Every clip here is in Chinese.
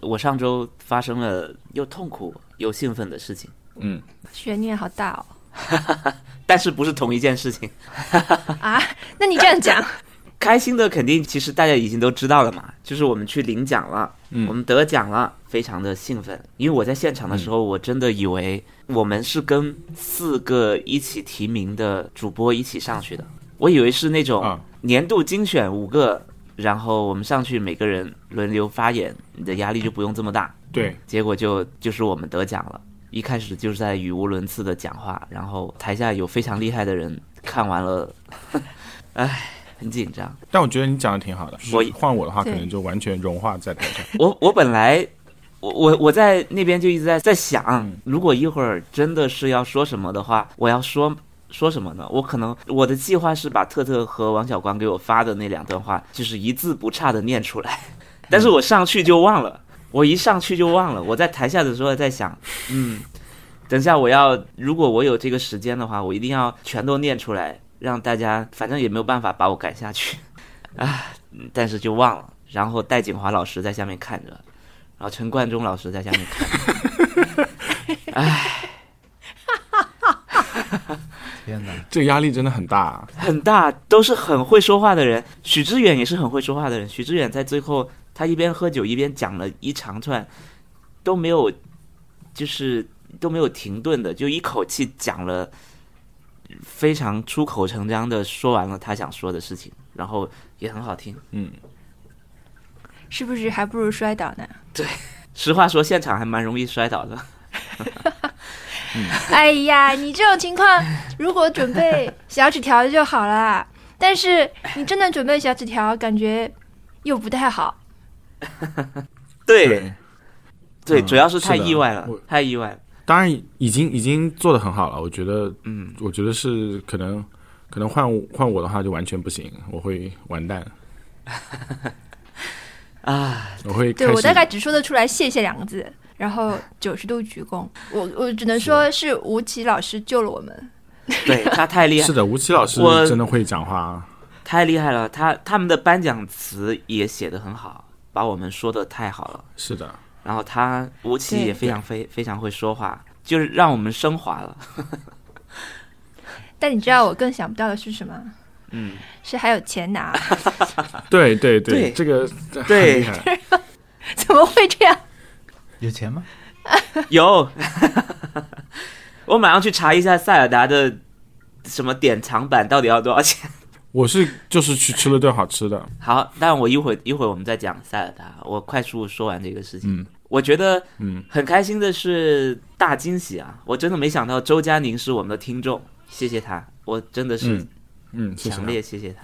我上周发生了又痛苦又兴奋的事情，嗯，悬念好大哦。但是不是同一件事情。啊，那你这样讲，开心的肯定其实大家已经都知道了嘛，就是我们去领奖了，我们得奖了，非常的兴奋。因为我在现场的时候，我真的以为我们是跟四个一起提名的主播一起上去的，我以为是那种啊年度精选五个，然后我们上去每个人轮流发言，你的压力就不用这么大。对，结果就就是我们得奖了。一开始就是在语无伦次的讲话，然后台下有非常厉害的人看完了， 唉，很紧张。但我觉得你讲的挺好的。我就是换我的话，可对能就完全融化在台上。 我我本来我我我在那边就一直在在想，如果一会儿真的是要说什么的话，我要说说什么呢？我可能我的计划是把特特和王小光给我发的那两段话，就是一字不差的念出来， 但是我上去就忘了，我一上去就忘了。我在台下的时候在想，嗯，等一下我要，如果我有这个时间的话，我一定要全都念出来，让大家反正也没有办法把我赶下去。但是就忘了。然后戴锦华老师在下面看着，然后陈冠中老师在下面看着。天哪，这个压力真的很大、啊。 很大，都是很会说话的人。许知远也是很会说话的人。许知远在最后，他一边喝酒一边讲了一长串，都没有，就是都没有停顿的，就一口气讲了，非常出口成章的说完了他想说的事情，然后也很好听。嗯，是不是还不如摔倒呢？ 实话说，现场还蛮容易摔倒的。哎呀，你这种情况，如果准备小纸条就好啦。但是你真的准备小纸条，感觉又不太好。对，对，嗯主要是太是的意外了我，太意外了。当然已经已经做的很好了。我觉得，嗯，我觉得是可能可能换我换我的话就完全不行，我会 完蛋，啊，我会对开我始大概只说得出来“谢谢”两个字，然后九十度鞠躬。我我只能说是吴奇老师救了我们。对他太厉害是，的。吴奇老师我真的会讲话，太厉害了。他他们的颁奖词也写得很好，把我们说的太好了。是的，然后他吴奇对也非常非非常会说话，就是让我们升华了。 但你知道我更想不到的是什么？嗯，是还有钱拿， 对对对这个对很厉害怎么会这样？有钱吗？有， 我马上去查一下塞尔达的什么典藏版到底要多少钱。我是就是去吃了顿好吃的，好，但我一会一会我们再讲塞尔达，我快速说完这个事情。嗯我觉得嗯，很开心的是大惊喜啊！我真的没想到周佳宁是我们的听众，谢谢他，我真的是嗯嗯，谢谢强烈谢谢他，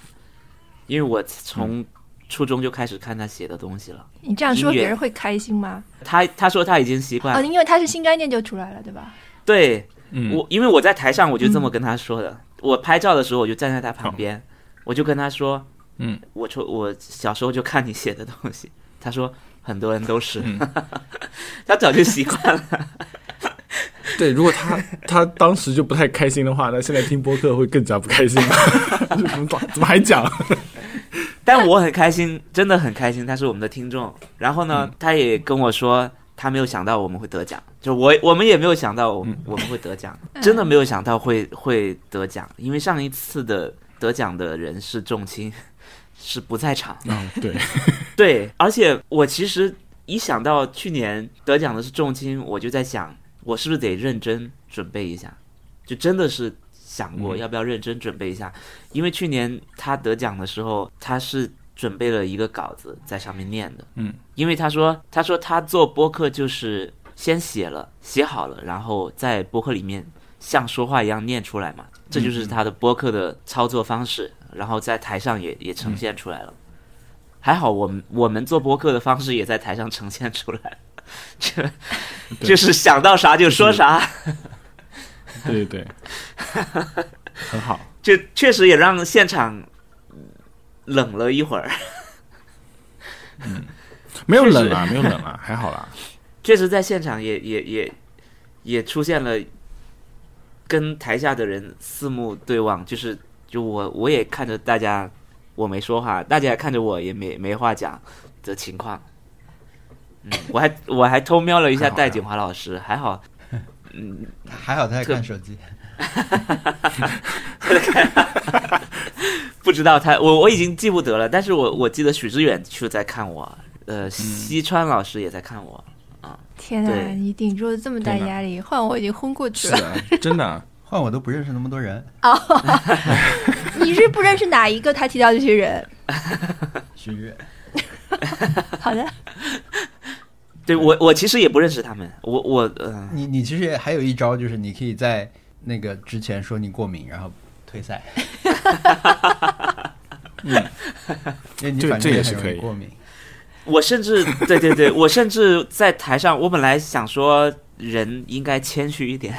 因为我嗯从初中就开始看他写的东西了。你这样说音乐啊别人会开心吗？他他说他已经习惯哦，了，因为他是新概念就出来了，对吧？对嗯，我，因为我在台上我就这么跟他说的。我拍照的时候我就站在他旁边，我就跟他说，嗯，我说我小时候就看你写的东西。他说很多人都是，嗯 他早就习惯了。 对，如果他他当时就不太开心的话，那现在听播客会更加不开心。 怎么怎么还讲？但我很开心，真的很开心，他是我们的听众。然后呢，他也跟我说，他没有想到我们会得奖，就我我们也没有想到我们、我们会得奖，真的没有想到会会得奖，因为上一次的得奖的人是重青， 是不在场。嗯，对， 对，而且我其实一想到去年得奖的是重青，我就在想，我是不是得认真准备一下？就真的是想过嗯要不要认真准备一下，因为去年他得奖的时候，他是准备了一个稿子在上面念的，嗯，因为他说，他说他做播客就是先写了，写好了，然后在播客里面像说话一样念出来嘛，这就是他的播客的操作方式，然后在台上也也呈现出来了。还好我们我们做播客的方式也在台上呈现出来了， 这对就是想到啥就说啥，对对 对，很好。这确实也让现场冷了一会儿。没有冷啊，没有冷啊，还好啦。确实在现场也也也也出现了跟台下的人四目对望，就是就我我也看着大家，我没说话，大家也看着我也没没话讲的情况。嗯，我还我还偷瞄了一下还好戴锦华老师，还好，嗯，还好他在这看手机，不知道他，我我已经记不得了，但是我我记得许知远就在看我，呃，西川老师也在看我，天哪，对你顶住了这么大天哪压力，换我已经昏过去是啊了。的，真的，换我都不认识那么多人。你是不认识哪一个他提到这些人？许悦，好的，对我我其实也不认识他们，我我嗯、你你其实也还有一招，就是你可以在那个之前说你过敏，然后退 赛。嗯，因为你这反这正也也是很容可易以过敏。我甚至 对对对，我甚至在台上，我本来想说人应该谦虚一点，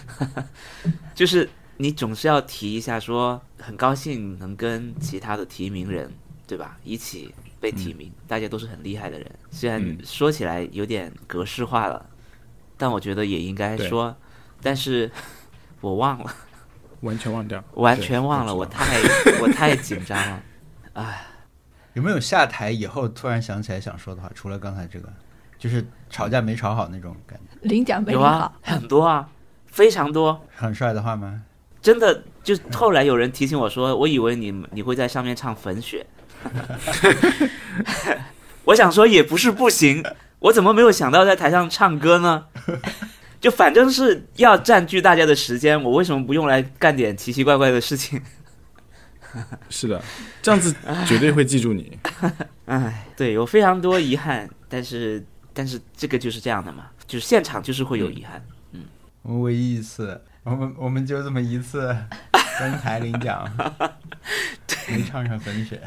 就是你总是要提一下说很高兴能跟其他的提名人对吧一起被提名，大家都是很厉害的人，虽然嗯说起来有点格式化了，但我觉得也应该对说，但是我忘了。完全忘掉，完全忘了，对我我知道太我太紧张了。有没有下台以后突然想起来想说的话？除了刚才这个，就是吵架没吵好那种感觉，领奖没有领好啊，，很多啊，非常多。很帅的话吗？真的，就后来有人提醒我说，我以为你你会在上面唱《粉雪》， 我想说也不是不行，我怎么没有想到在台上唱歌呢？就反正是要占据大家的时间，我为什么不用来干点奇奇怪怪的事情？是的，这样子绝对会记住你。唉，对，有非常多遗憾，但是但是这个就是这样的嘛，就是现场就是会有遗憾。我们唯一一次，我们我们就这么一次登台领奖， 没唱上粉雪。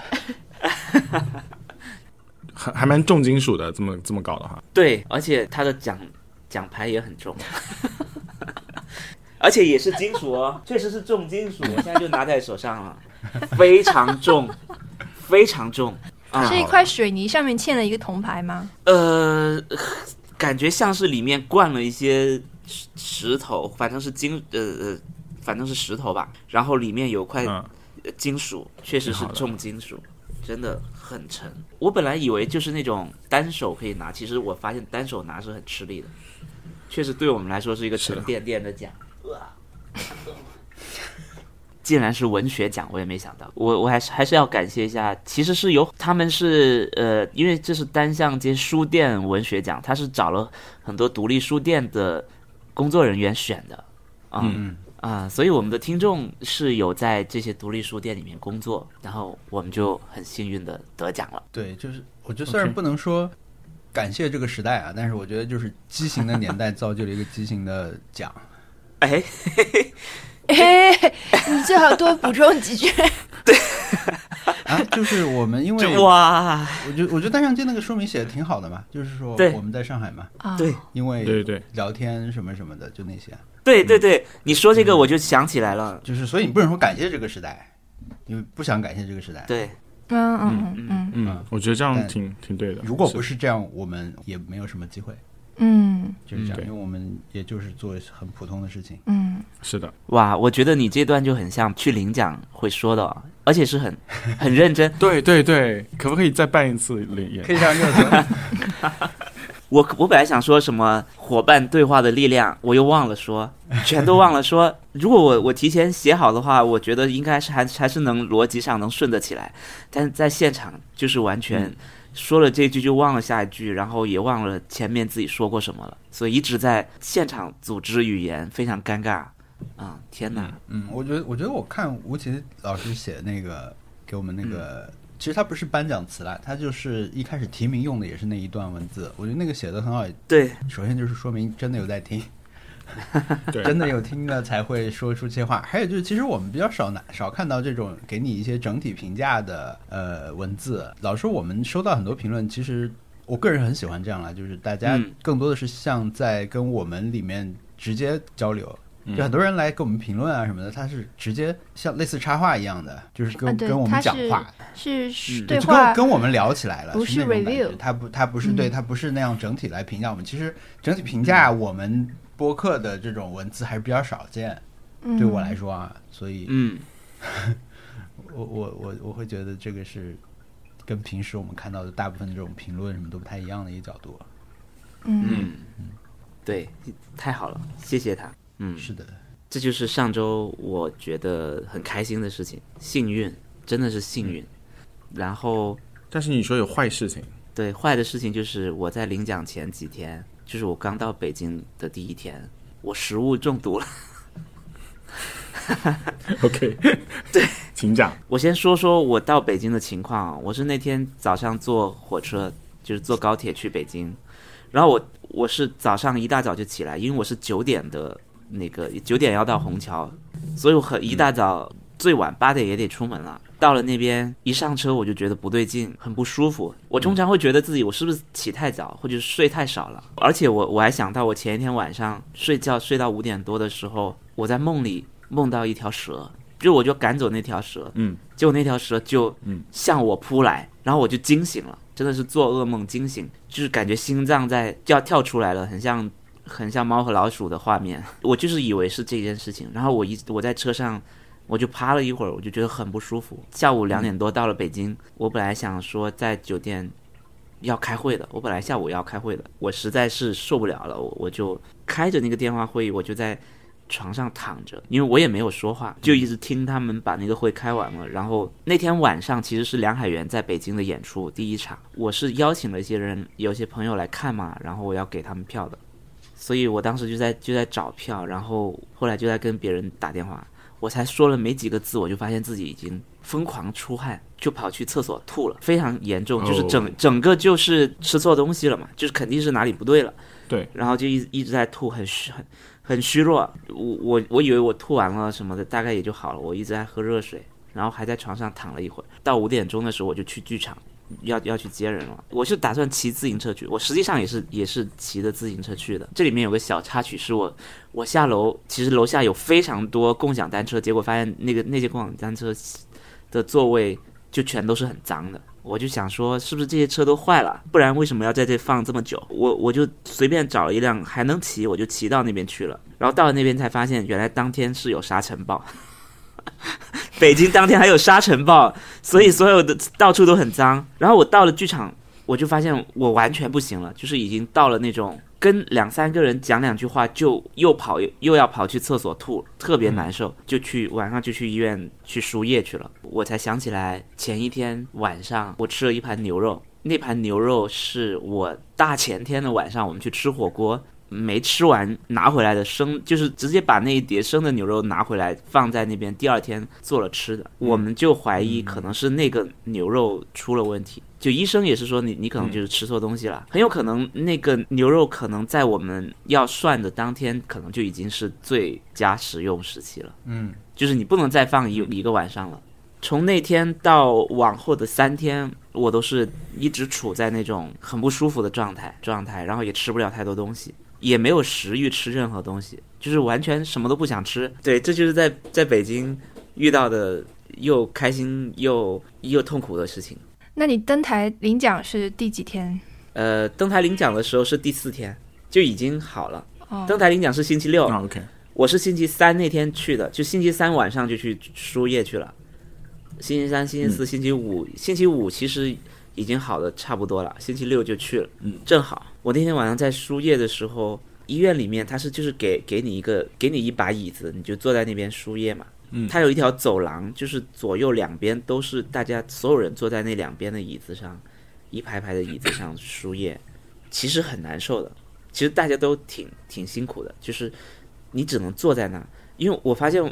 还还蛮重金属的，这么这么搞的话，对，而且他的奖奖牌也很重， 而且也是金属 哦，确实是重金属，我现在就拿在手上了，非常重， 非常重啊是，一块水泥上面嵌了一个铜牌吗？呃，感觉像是里面灌了一些石石头，反正是金呃呃，反正是石头吧，然后里面有块嗯，呃金属，确实是挺好的重金属，真的很沉。我本来以为就是那种单手可以拿，其实我发现单手拿是很吃力的，确实对我们来说是一个是沉甸甸的奖。哇竟然是文学奖，我也没想到。我我还是还是要感谢一下，其实是有他们是呃，因为这是单向街书店文学奖，他是找了很多独立书店的工作人员选的，啊、嗯啊，所以我们的听众是有在这些独立书店里面工作，然后我们就很幸运的得奖了。对，就是我觉得虽然 OK 不能说感谢这个时代啊，但是我觉得就是畸形的年代造就了一个畸形的奖。哎，嘿嘿哎你最好多补充几句。啊，就是我们因 为这哇，我觉得我觉得单向街那个说明写的挺好的嘛，就是说对我们在上海嘛， 啊对对因为对对，聊天什么什么的，就那些，对对对，你说嗯这个我就想起来了。就是所以你不能说感谢这个时代，因为不想感谢这个时代。，对，嗯嗯嗯嗯嗯嗯，我觉得这样但挺挺对的。如果不是是这样，我们也没有什么机会，嗯就是这样，嗯对因为我们也就是做很普通的事情。嗯，是的，哇，我觉得你这段就很像去领奖会说的哦，而且是很很认真。对对对，可不可以再办一次联演？可以让热搜，我我本来想说什么伙伴对话的力量，我又忘了说，全都忘了说。如果我我提前写好的话，我觉得应该是还还是能逻辑上能顺得起来，但是在现场就是完全说了这句就忘了下一句，然后也忘了前面自己说过什么了，所以一直在现场组织语言，非常尴尬。啊、天哪！嗯，我觉得我觉得我看吴奇老师写那个给我们那个，其实他不是颁奖词啦，他就是一开始提名用的也是那一段文字，我觉得那个写的很好。对，首先就是说明真的有在听，对，真的有听的才会说出这些话。还有就是，其实我们比较少拿少看到这种给你一些整体评价的呃文字。老实说，我们收到很多评论，其实我个人很喜欢这样啦，就是大家嗯更多的是像在跟我们里面直接交流。嗯就很多人来跟我们评论啊什么的，他是直接像类似插话一样的，就是跟、啊对跟我们他讲是话，是嗯对就话跟跟我们聊起来了，不是那种感觉 review 他不，他不是嗯对，他不是那样整体来评价我们。其实整体评价我们播客的这种文字还是比较少见，嗯对我来说啊，所以嗯，我我我我会觉得这个是跟平时我们看到的大部分这种评论什么都不太一样的一个角度。嗯，嗯，对，太好了，谢谢他。嗯，是的，这就是上周我觉得很开心的事情，幸运，真的是幸运。然后但是你说有坏事情，对坏的事情就是我在领奖前几天，就是我刚到北京的第一天，我食物中毒了。 OK，对，请讲。我先说说我到北京的情况啊，我是那天早上坐火车，就是坐高铁去北京，然后我我是早上一大早就起来，因为我是九点的那个九点要到虹桥，所以我很一大早最晚八点也得出门了。到了那边一上车我就觉得不对劲，很不舒服。我通常会觉得自己我是不是起太早，或者是睡太少了。而且我我还想到我前一天晚上睡觉睡到五点多的时候，我在梦里梦到一条蛇，就我就赶走那条蛇，嗯，结果那条蛇就嗯向我扑来，然后我就惊醒了，真的是做噩梦惊醒，就是感觉心脏在要跳出来了，很像很像猫和老鼠的画面。 我就是以为是这件事情，然后我一我在车上。我就趴了一会儿，我就觉得很不舒服。下午两点多到了北京，我本来想说在酒店要开会的，我本来下午要开会的，我实在是受不了了，我我就开着那个电话会议，我就在床上躺着，因为我也没有说话，就一直听他们把那个会开完了。然后那天晚上其实是梁海源在北京的演出第一场，我是邀请了一些人，有些朋友来看嘛，然后我要给他们票的，所以我当时就在就在找票，然后后来就在跟别人打电话，我才说了没几个字，我就发现自己已经疯狂出汗，就跑去厕所吐了，非常严重，就是整、哦整个就是吃错东西了嘛，就是肯定是哪里不对了。对，然后就一直一直在吐，很虚很很虚弱。我我我以为我吐完了什么的，大概也就好了。我一直在喝热水，然后还在床上躺了一会儿。到五点钟的时候，我就去剧场，要要去接人了。我是打算骑自行车去，我实际上也是也是骑的自行车去的。这里面有个小插曲，是我我下楼，其实楼下有非常多共享单车，结果发现那个那些共享单车的座位就全都是很脏的。我就想说，是不是这些车都坏了？不然为什么要在这放这么久？我我就随便找了一辆还能骑，我就骑到那边去了。然后到了那边才发现，原来当天是有沙尘暴。 北京当天还有沙尘暴，所以所有的到处都很脏。然后我到了剧场，我就发现我完全不行了，就是已经到了那种跟两三个人讲两句话就又跑又要跑去厕所吐，特别难受，就去晚上就去医院去输液去了。我才想起来，前一天晚上我吃了一盘牛肉，那盘牛肉是我大前天的晚上我们去吃火锅。没吃完拿回来的生，就是直接把那一碟生的牛肉拿回来放在那边，第二天做了吃的，我们就怀疑可能是那个牛肉出了问题。就医生也是说你你可能就是吃错东西了，很有可能那个牛肉可能在我们要涮的当天，可能就已经是最佳食用时期了。嗯，就是你不能再放一一个晚上了。从那天到往后的三天，我都是一直处在那种很不舒服的状态状态，然后也吃不了太多东西，也没有食欲吃任何东西，就是完全什么都不想吃。对，这就是在在北京遇到的又开心又又痛苦的事情。那你登台领奖是第几天？呃，登台领奖的时候是第四天，就已经好了。哦，登台领奖是星期六，啊 OK，我是星期三那天去的，就星期三晚上就去输液去了。星期嗯三、星期四、星期五，星期五其实已经好的差不多了，星期六就去了。嗯，正好我那天晚上在输液的时候，医院里面他是就是给给你一个给你一把椅子，你就坐在那边输液嘛。嗯它有一条走廊，就是左右两边都是大家所有人坐在那两边的椅子上，一排排的椅子上输液，其实很难受的。其实大家都挺挺辛苦的，就是你只能坐在那儿，因为我发现，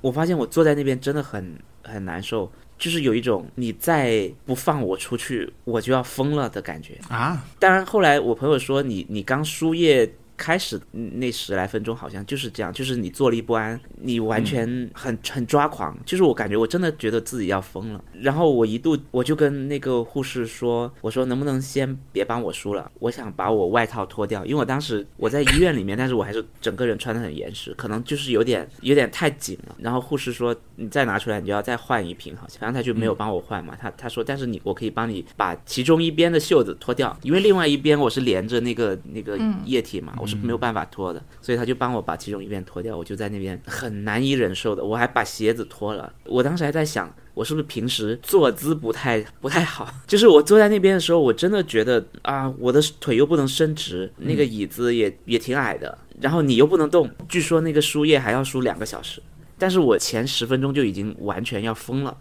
我发现我坐在那边真的很很难受，就是有一种你再不放我出去，我就要疯了的感觉。啊，当然，后来我朋友说你你刚输液开始嗯那十来分钟好像就是这样，就是你坐立不安，你完全很、很抓狂，就是我感觉我真的觉得自己要疯了。然后我一度我就跟那个护士说，我说能不能先别帮我输了，我想把我外套脱掉，因为我当时我在医院里面，但是我还是整个人穿的很严实，可能就是有点有点太紧了。然后护士说你再拿出来，你就要再换一瓶，好像，然后他就没有帮我换嘛，他他说但是你我可以帮你把其中一边的袖子脱掉，因为另外一边我是连着那个那个嗯液体嘛，我是没有办法脱的，所以他就帮我把其中一边脱掉，我就在那边很难以忍受的，我还把鞋子脱了，我当时还在想，我是不是平时坐姿不太不太好？ 就是我坐在那边的时候，我真的觉得啊，我的腿又不能伸直，那个椅子也也挺矮的，然后你又不能动。据说那个输液还要输两个小时，但是我前十分钟就已经完全要疯了，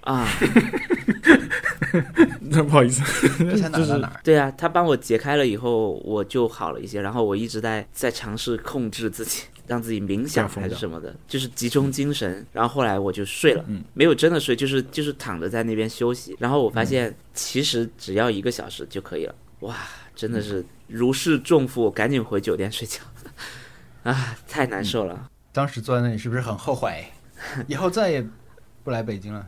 啊，那 不好意思，这才 哪就儿是到哪儿？对啊，他帮我解开了以后，我就好了一些。然后我一直在在尝试控制自己， 让自己冥想还是什么的，就是集中精神。然后后来我就睡了，没有真的睡，就是就是躺着在那边休息。然后我发现其实只要一个小时就可以了，哇，真的是如释重负，赶紧回酒店睡觉。 啊，太难受了！当时坐在那里是不是很后悔？以后再也不来北京了。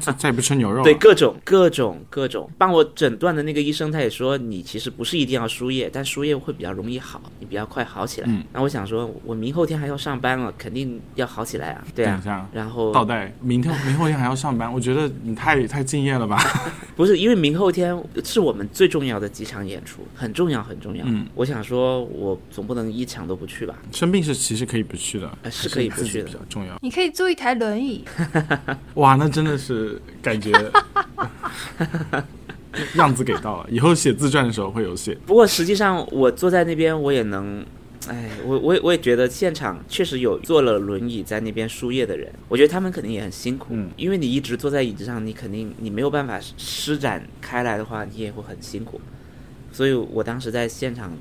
再再也不吃牛肉了。对各种各种各种帮我诊断的那个医生，他也说你其实不是一定要输液，但输液会比较容易好，你比较快好起来。嗯那我想说，我明后天还要上班了，肯定要好起来啊。对等啊一，下，然后倒带，明天明后天还要上班，我觉得你太太敬业了吧？ 不是因为明后天是我们最重要的几场演出，很重要很重要。嗯我想说，我总不能一场都不去吧？生病是其实可以不去的，呃是还可以不自己去的比较重要。你可以租一台轮椅，哇，那真的是 感觉样子给到了，以后写自传的时候会有写。不过实际上，我坐在那边，我也能，哎，我我也我也觉得现场确实有坐了轮椅在那边输液的人，我觉得他们肯定也很辛苦，嗯因为你一直坐在椅子上，你肯定你没有办法施展开来的话，你也会很辛苦。所以我当时在现场，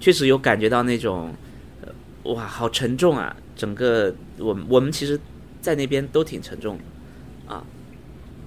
确实有感觉到那种，呃，哇，好沉重啊！整个我们我们其实，在那边都挺沉重的，啊，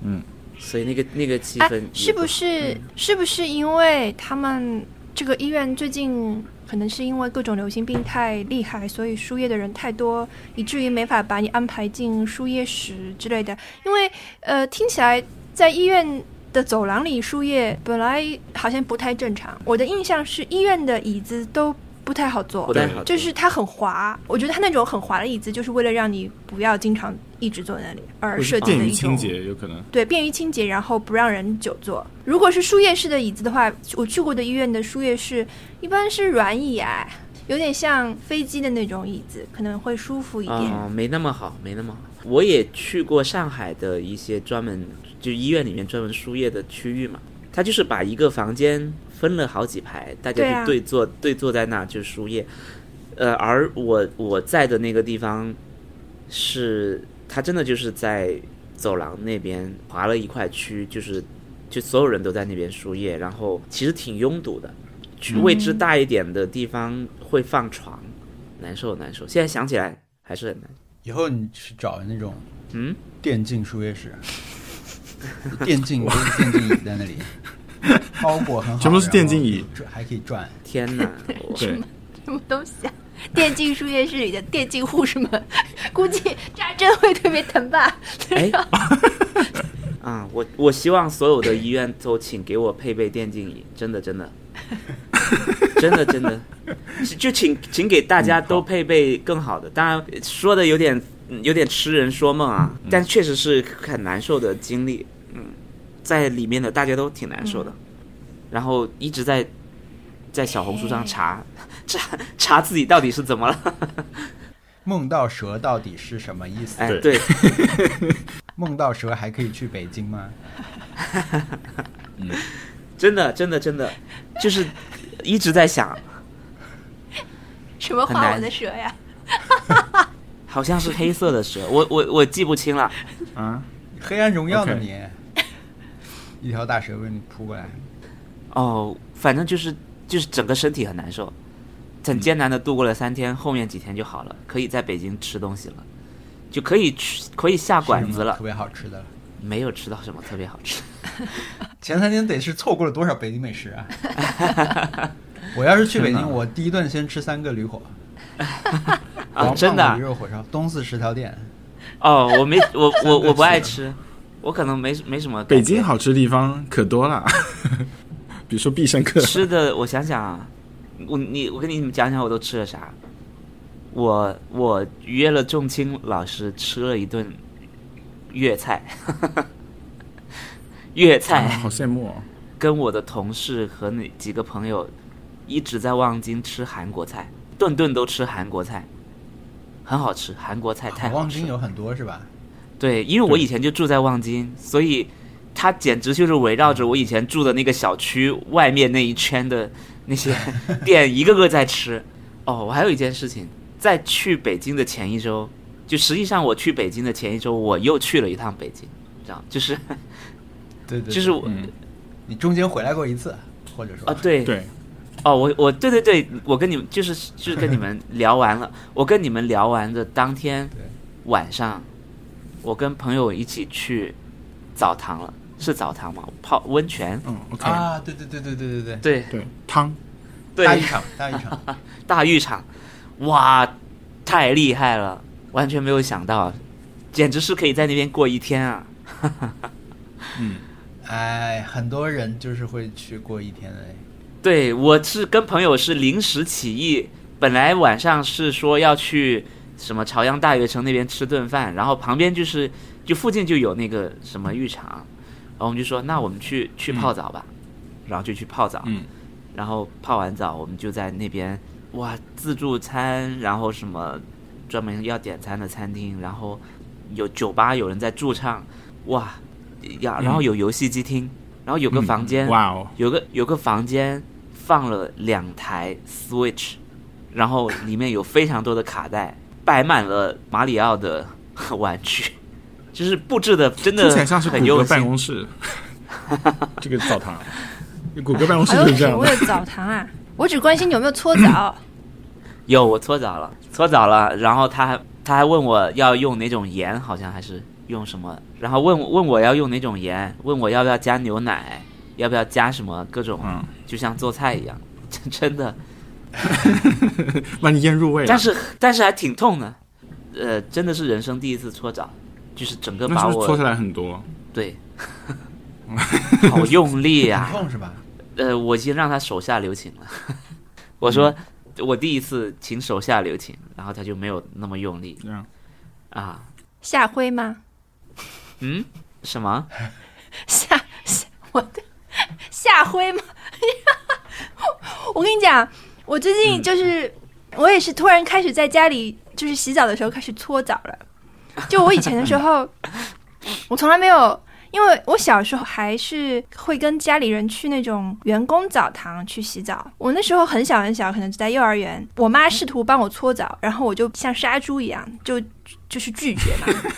嗯，所以那个那个气哎氛也、，是不是、是不是因嗯为他们这个医院最近可能是因为各种流行病太厉害，所以输液的人太多，以至于没法把你安排进输液室之类的？因为呃，听起来在医院。的走廊里输液本来好像不太正常，我的印象是医院的椅子都不太好坐，不太好？就是它很滑，我觉得它那种很滑的椅子就是为了让你不要经常一直坐在那里而或设是计便的于一种清洁有可能。对，便于清洁，然后不让人久坐。如果是输液室的椅子的话，我去过的医院的输液室一般是软椅啊，有点像飞机的那种椅子，可能会舒服一点。啊、没那么好，没那么好。我也去过上海的一些专门就医院里面专门输液的区域嘛，他就是把一个房间分了好几排，大对家啊就对坐、对坐在那就输液。呃，而我我在的那个地方是，他真的就是在走廊那边划了一块区，就是就所有人都在那边输液，然后其实挺拥堵的。去位置大一点的地方会放床，难受难受。现在想起来还是很难。以后你去找那种嗯，电竞输液室， 电竞都是电竞椅在那 里，包裹很好，全部是电竞椅，还可以转。天哪！我对，什么东西啊？电竞输液室里的电竞护士们， 估计扎针会特别疼吧？哎， 啊，我我希望所有的医院都请给我配备电竞椅，真的真的，真的真的，就就请请给大家都配备更好的。当然说的有点嗯有点痴人说梦啊，但确实是很难受的经历。嗯，在里面的大家都挺难受的，然后一直在在小红书上查查查自己到底是怎么了。梦到蛇到底是什么意思？哎，对对，梦到蛇还可以去北京吗？真的真的真的，就是一直在想。什么很画难我的蛇呀？好像是黑色的蛇，我我我记不清了。啊，黑暗荣耀呢 OK 你，一条大蛇为你扑过来，哦，反正就是就是整个身体很难受，很艰难的度过了三天，后面几天就好了，可以在北京吃东西了，就可以吃可以下馆是什子么了特，别好吃的了。没有吃到什么特别好 吃。前三天得是错过了多少北京美食 啊！我要是去北天哪京，我第一顿先吃三个驴火，啊王真的胖啊子驴肉火烧，东四十条店。哦，我没我我我不爱三个吃，我可能没没什么。北京好吃的地方可多了， 比如说必胜 客，吃的，我想想啊，我你我跟你们讲讲我都吃了啥。我我约了仲青老师吃了一顿粤菜， 粤啊菜、好羡慕哦。跟我的同事和那几个朋友一直在望京吃韩国菜，顿顿都吃韩国菜，很好吃，韩国菜太好望吃京了。有很多是吧？对，因为我以前就住在望京，所以它简直就是围绕着我以前住的那个小区外面那一圈的那些店，一个个在吃。哦，我还有一件事情，在去北京的前一周，就实际上我去北京的前一周，我又去了一趟北京，这样就是对对，对就是我嗯，你中间回来过一次，或者说啊，对对，哦，我我对对对，我跟你们就是就是跟你 们聊完了，我跟你们聊完的当天对晚上，我跟朋友一起去澡堂了，是澡堂吗？泡温泉。嗯，OK，啊，对对对对对对对对，汤，对，大浴对，场 大浴场，大浴场，哇，太厉害了，完全没有想到，简直是可以在那边过一天啊！嗯，哎，很多人就是会去过一天哎，对我是跟朋友是临时起意，本来晚上是说要去什么朝阳大悦城那边吃顿饭，然后旁边就是就附近就有那个什么浴场，然后我们就说那我们去去泡澡吧，然后就去泡澡，嗯然后泡完澡我们就在那边哇自助餐，然后什么专门要点餐的餐厅，然后有酒吧有人在驻唱，哇呀，然后有游戏机厅，然后有个嗯房间。哇哦，有个有个房间放了两台 Switch，然后里面有非常多的卡带，摆满了马里奥的 玩具，就是布置的真听的起来像是谷很用歌办心。公室，这个澡堂，谷歌办公室还有 就是这品样味的，的澡堂啊！我只关心你有没有搓 澡，有我搓澡了，搓澡了，然后他还他还问我要用哪种盐，好像还是用什么，然后问我问我要用哪种盐，问我要不要加牛奶，要不要加什么各种，嗯，就像做菜一样， 真真的把你腌入味了。啊但是但是还挺痛的，呃，真的是人生第一次搓澡，就是整个把那是不我是搓下来很多？对， 好用力很呀、痛是吧？呃，我已经让他手下留情了。 我说、嗯我第一次请手下留情，然后他就没有那么用力这样啊。下灰吗？嗯，什么？下下我的下灰吗？ 我跟你讲，我最近就是、我也是突然开始在家里就是洗澡的时候开始搓澡了。就我以前的时候，我从来没有，因为我小时候还是会跟家里人去那种员工澡堂去洗澡。我那时候很小很小，可能只在幼儿园，我妈试图帮我搓澡，然后我就像杀猪一样，就就是拒绝嘛。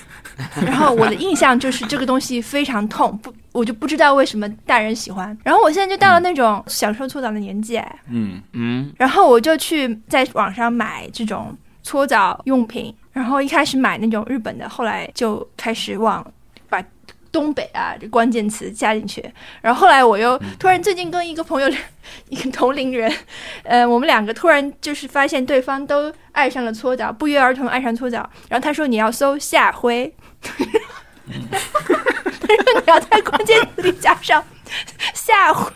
然后我的印象就是这个东西非常痛，不，我就不知道为什么大人喜欢。然后我现在就到了那种享受搓澡的年纪，哎嗯，嗯，然后我就去在网上买这种搓澡用品，然后一开始买那种日本的，后来就开始往把东北啊这关键词加进去，然后后来我又突然最近跟一个朋友， 一个同龄人，呃，我们两个突然就是发现对方都爱上了搓澡，不约而同爱上搓澡，然后他说你要搜下灰。 他说：“你要在关键词里加上 下灰，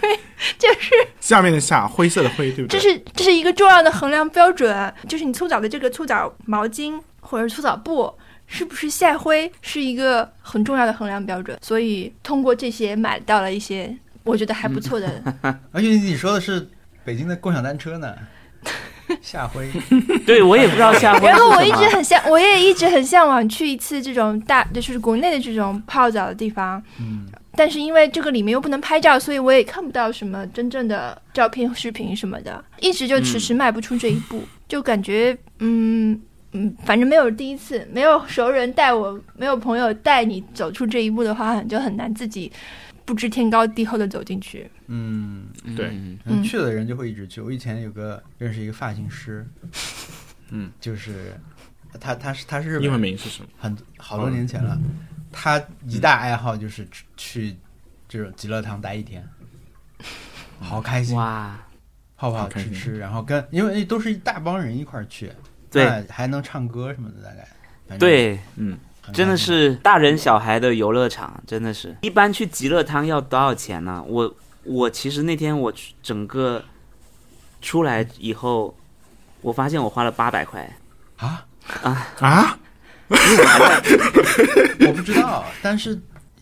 就是下面的下，灰色的灰，对不对？这是这是一个重要的衡量标准，就是你搓澡的这个搓澡毛巾或者搓澡布是不是晒灰，是一个很重要的衡量标准。所以通过这些买到了一些我觉得还不错的，而且你说的是北京的共享单 车呢，下回对我也不知道下回然是后我一什直么。很向，我也一直很向往去一次这种大，就是国内的这种泡澡的地方。嗯，但是因为这个里面又不能拍照，所以我也看不到什么真正的照片、视频什么的，一直就迟迟迈不出这一步，就感觉嗯嗯，反正没有第一次，没有熟人带我，没有朋友带你走出这一步的话，你就很难自己不知天高地厚的走进去。嗯，对嗯可能去的人就会一直去。我以前有个认识一个发型师，嗯，就是他他是他是日英文本人，名是什么？很好多年前了，他一大爱好就是去去这种极乐堂待一天，好开心，哇，泡泡好开吃心吃，然后跟因为都是一大帮人一块儿去，对那还能唱歌什么的，大概反正对，嗯，很开心真的是大人小孩的游乐场，真的是。一般去极乐汤要多少钱呢？我我其实那天我去整个出来以后，我发现我花了八百块。啊，啊，我不知道， 但是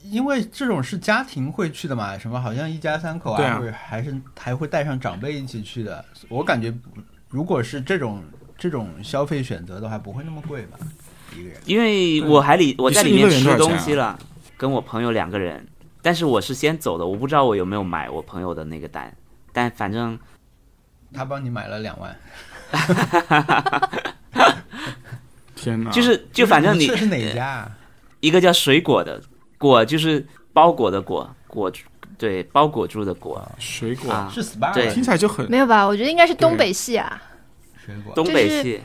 因为这种是家庭会去的嘛，什么好像一家三口对啊，啊或者还是还会带上长辈一起去的。我感觉如果是这种这种消费选择的话，不会那么贵吧？一个人。因为我还里我在里面你是一吃个人多少东钱啊西了，跟我朋友两个人，但是我是先走的，我不知道我有没有买我朋友的那个单，但反正他帮你买了两万，天哪，就是就反正你哎这是哪家啊？ 一个叫水果的果就是包裹的果果对包裹住的果水果，啊，是 SPA 对听起来就很没有吧？我觉得应该是东北系啊，水果，东北系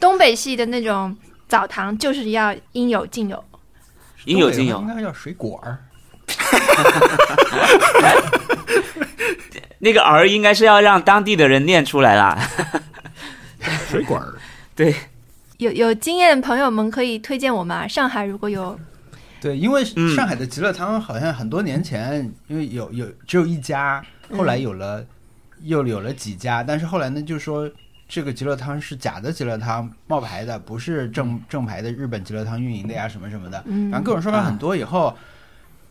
东北系的那种澡堂就是要应有尽有。应有尽有东北话应该叫水果儿。那个儿应该是要让当地的人念出来啦。水果儿。对，有有经验的朋友们可以推荐我吗？上海如果有， 对，因为嗯上海的极乐汤好像很多年前，因为有有只有一家，后嗯来有了、又有了几家，但是后来呢，就说这个极乐汤是假的极乐汤，冒牌的，不是正嗯正牌的日本极乐汤运营的呀，什么什么的，嗯反正各种说法啊很多。以后、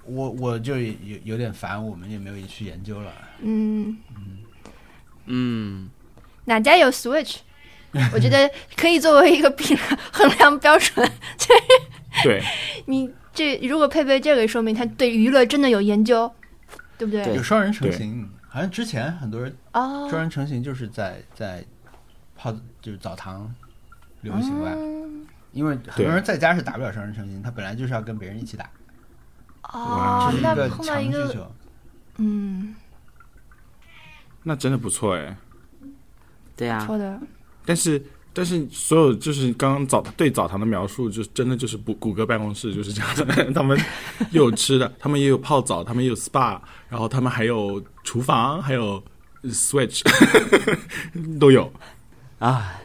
我我就有有点烦，我们也没有去研究了。嗯，嗯，哪家有 Switch？我觉得可以作为一个评衡量标准。对，你这如果佩佩这个，说明他对娱乐真的有研究，对不对？对有双人成型，好像之前很多人哦，双人成型就是在在泡就是澡堂流行吧。嗯因为很多人在家是打不了双人成型，他本来就是要跟别人一起打，哦这是，一那个碰到强一需个求。嗯，那真的不错哎。对啊，错的，但是但是所有就是刚刚澡对澡堂的描述，就是真的就是不谷歌办公室就是这样的， 他们又有吃的，他 们也有泡澡，他们也有 SPA，然后他们还有厨房，还有呃 Switch 都有。啊，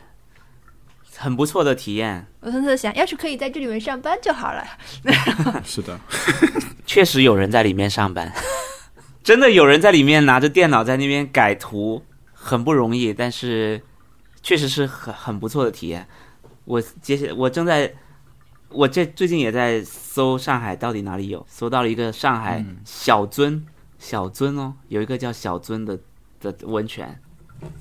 很不错的体验，我上次想要是可以在这里面上班就好了。是的，确实有人在里面上班，真的有人在里面拿着电脑在那边改图，很不容易，但是确实是很很不错的体验。我接下我正在，我这最近也在搜上海到底哪里有，搜到了一个上海嗯小樽，小樽哦，有一个叫小樽的的温泉，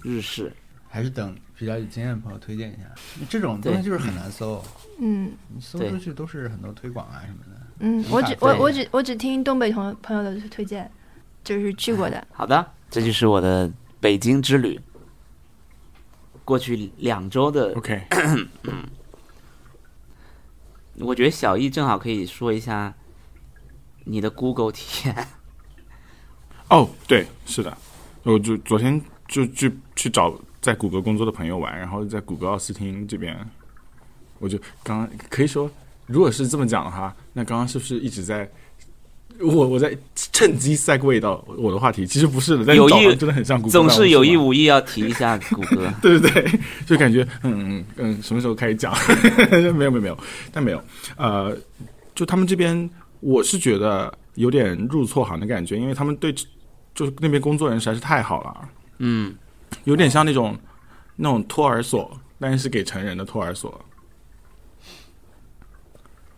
日式。还是等比较有经验的朋友推荐一下，这种东西就是很难搜，嗯你搜对出去都是很多推广啊什么的。嗯，无我法只我对我只我只听东北同朋友的推荐，就是去过的。好的，这就是我的北京之旅，过去两周的 OK，我觉得小易正好可以说一下你的 Google 体验。哦，对，是的，我就昨天就去去找在谷歌工作的朋友玩，然后在谷歌奥斯汀这边，我就刚刚可以说，如果是这么讲的话，那刚刚是不是一直在我我在趁机 segue 到我的话题？其实不是的，但是有意找完真的很像谷歌，总是有意无。无意要提一下谷 歌。对对对，就感觉嗯嗯，什么时候开始讲？ 没有没有没有，但没有，呃，就他们这边，我是觉得有点入错行的感觉，因为他们对就是那边工作人实在是太好了，嗯，有点像那种那种托儿所，但是给成人的托儿所，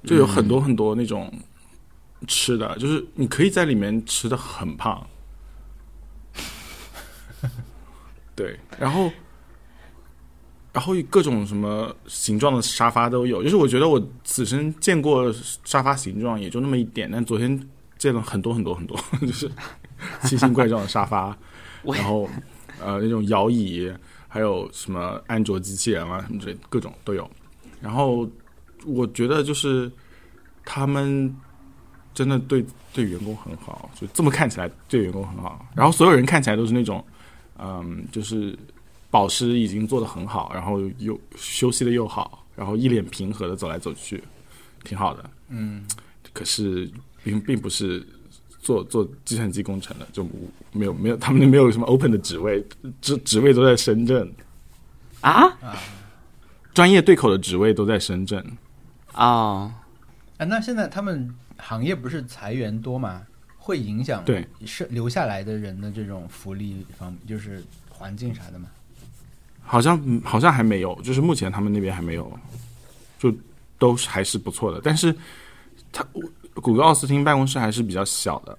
就有很多很多那种吃的，就是你可以在里面吃的很胖，对，然后然后有各种什么形状的沙发都有，就是我觉得我此生见过沙发形状也就那么一点，但昨天见了很多很多很多， 就是奇形怪状的沙发，我然后呃那种摇椅，还有什么安卓机器人啊什么之类的，各种都有。然后我觉得就是他们真的对对员工很好，就这么看起来对员工很好。然后所有人看起来都是那种，嗯，就是保湿已经做得很好，然后又休息的又好，然后一脸平和的走来走去，挺好的。嗯，可是并并不是做做计算机工程的，就没有没有他们那没有什么 open 的职位，职职位都在深圳，啊专业对口的职位都在深圳。哦，啊，那现在他们行业不是裁员多吗？会影响对是留下来的人的这种福利方，就是环境啥的吗？好像嗯好像还没有，就是目前他们那边还没有，就都是还是不错的。但是他我谷歌奥斯汀办公室还是比较小的，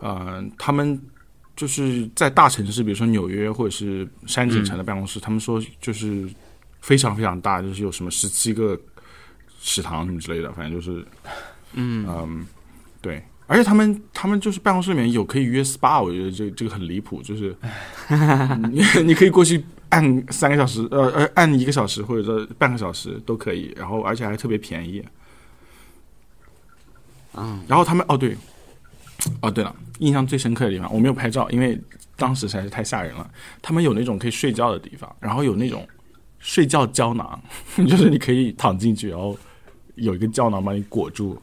呃，他们就是在大城市，比如说纽约或者是山景城的办公室，他们说就是非常非常大，就是有什么十七个食堂什么之类的，反正就是嗯嗯，对。而且他们他们就是办公室里面有可以约 SPA，我觉得这这个很离谱，就是你你可以过去按三个小时，呃呃，按一个小时或者说半个小时都可以，然后而且还特别便宜。嗯，然后他们哦对，哦对了，印象最深刻的地方我没有拍照，因为当时实在是太吓人了。他们有那种可以睡觉的地方，然后有那种睡觉胶囊， 就是你可以躺进去，然后有一个胶囊把你裹住，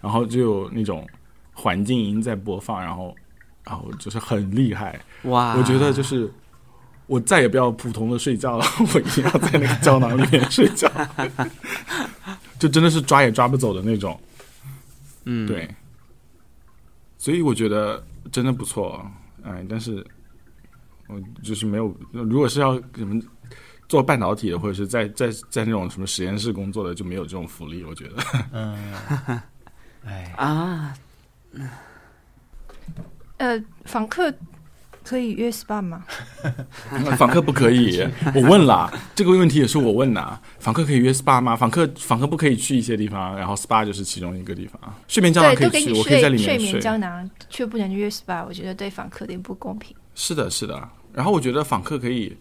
然后就有那种环境音在播放，然后然后就是很厉害。哇，我觉得就是我再也不要普通的睡觉了， 我一定要在那个胶囊里面睡觉， 就真的是抓也抓不走的那种。嗯，对，所以我觉得真的不错，哎，但是我就是没有，如果是要什么做半导体的，或者是在在在那种什么实验室工作的，就没有这种福利，我觉得。嗯，哎，啊，嗯呃，访客可以约 SPA 吗？ 访客不可 以，我问了这个问题也是我问的。访客可以约 SPA 吗？访客访客不可以去一些地方，然后 SPA 就是其中一个地方。睡眠胶囊对，可都以给去，你我可以在睡里睡面眠睡。胶囊，却不能约 SPA，我觉得对访客有点不公平。是的，是的。然后我觉得访客可以，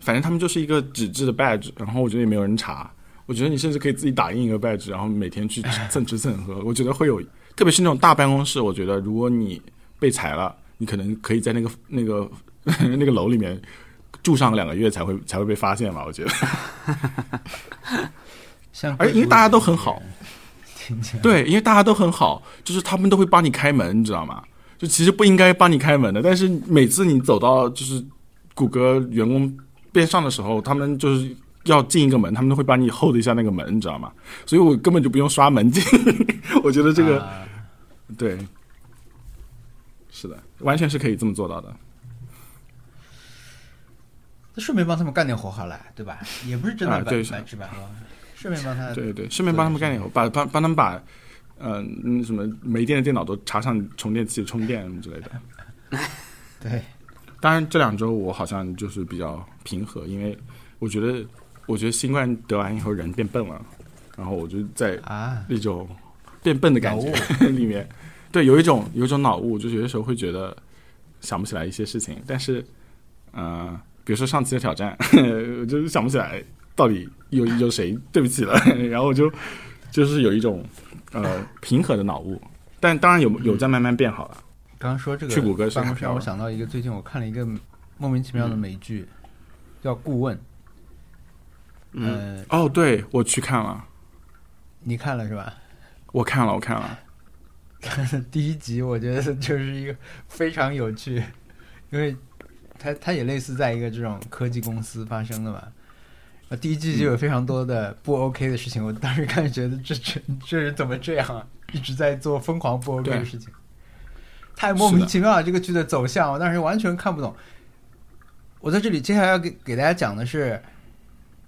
反正他们就是一个纸质的 badge，然后我觉得也没有人查。我觉得你甚至可以自己打印一个 badge，然后每天去蹭吃蹭喝。我觉得会有，特别是那种大办公室，我觉得如果你被裁了，你可能可以在那个那个 那个楼里面住上两个月才会才会被发现吧。我觉得，像而因为大家都很好，听起来对，因为嗯大家都很好，就是他们都会帮你开门，你知道吗？就其实不应该帮你开门的，但是每次你走到就是谷歌员工边上的时候，他们就是要进一个门，他们都会帮你 hold 一下那个门，你知道吗？所以我根本就不用刷门禁， 我觉得这个、啊对，是的，完全是可以这么做到的。那顺便帮他们干点活好了，对吧？也不是真啊的白对是白吃白喝，顺便帮他对呃对，顺便帮他们干点活，把帮帮他们把呃嗯什么没电的电脑都插上充电器充电之类的。对当然，这两周我好像就是比较平和，因为我觉得，我觉得新冠得完以后人变笨了，然后我就在啊，那种变笨的感觉 里面，对，有一种有一种脑雾，就是有的时候会觉得想不起来一些事情，但是，呃，比如说上期的挑战， 我就是想不起来到底有有谁对不起了， 然后我就就是有一种呃平和的脑雾，但当然有有在慢慢变好了。刚刚说这个去谷歌是办公室看让到我了想到一个，最近我看了一个莫名其妙嗯的美剧，叫《顾问》。嗯，呃，哦，对我去看了。你看了是吧？我看了，我看 了，第一集我觉得就是一个非常有趣，因为它它也类似在一个这种科技公司发生的嘛。呃第一季嗯就有非常多的不 OK 的事情，我当时看觉得这这这人怎么这样啊？一直在做疯狂不 OK 的对事情，太莫是名的其妙了这个剧的走向，我当时完全看不懂。我在这里接下来要给给大家讲的是，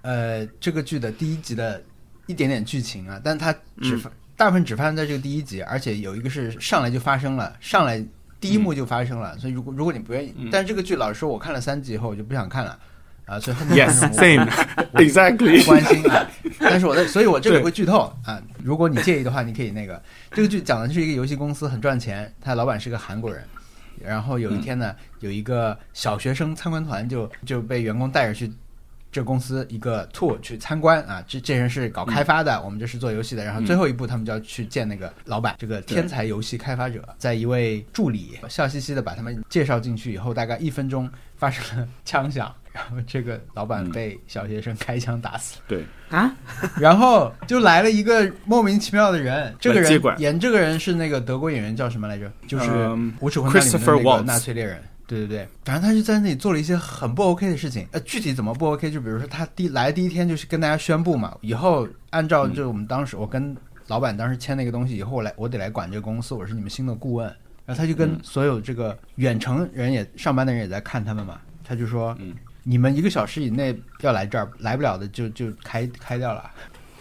呃，这个剧的第一集的一点点剧情啊，但它只、嗯发大部分只发生在这个第一集，而且有一个是上来就发生了，上来第一幕就发生了，所以如果如果你不愿意，嗯但这个剧老实说，我看了三集以后我就不想看了啊，所以后面 Yes, 观众 same, 不 exactly. 关心啊，但是我在，所以我这里对会剧透啊，如果你介意的话，你可以那个，这个剧讲的是一个游戏公司很赚钱，它老板是个韩国人。然后有一天呢，嗯有一个小学生参观团就就被员工带着去这公司一个 tour 去参观啊，这这人是搞开发的，嗯我们这是做游戏的。然后最后一步，他们就要去见那个老板，这个天才游戏开发者，在一位助理笑嘻嘻的把他们介绍进去以后，大概一分钟发生了枪响， 然后这个老板嗯被小学生开枪 打死了。对，啊，然后就来了一个莫名其妙的人，这个来接人管演这个人是那个德国演员叫什么来着？就是《嗯无耻混蛋》里面 Christopher 的那个 Waltz 纳粹猎人。对对对，反正他就在那里做了一些很不 OK 的事情。呃，具体怎么不 OK？就比如说他第来第一天就是跟大家宣布嘛，以后按嗯照就我们当时我跟老板当时签那个东西，以后我来我得来管这个公司，我是你们新的顾问。然后他就嗯跟所有这个远程人也上班的人也在看他们嘛，他就说，嗯你们一个小时以内要来这儿，来不了的就就开开掉了。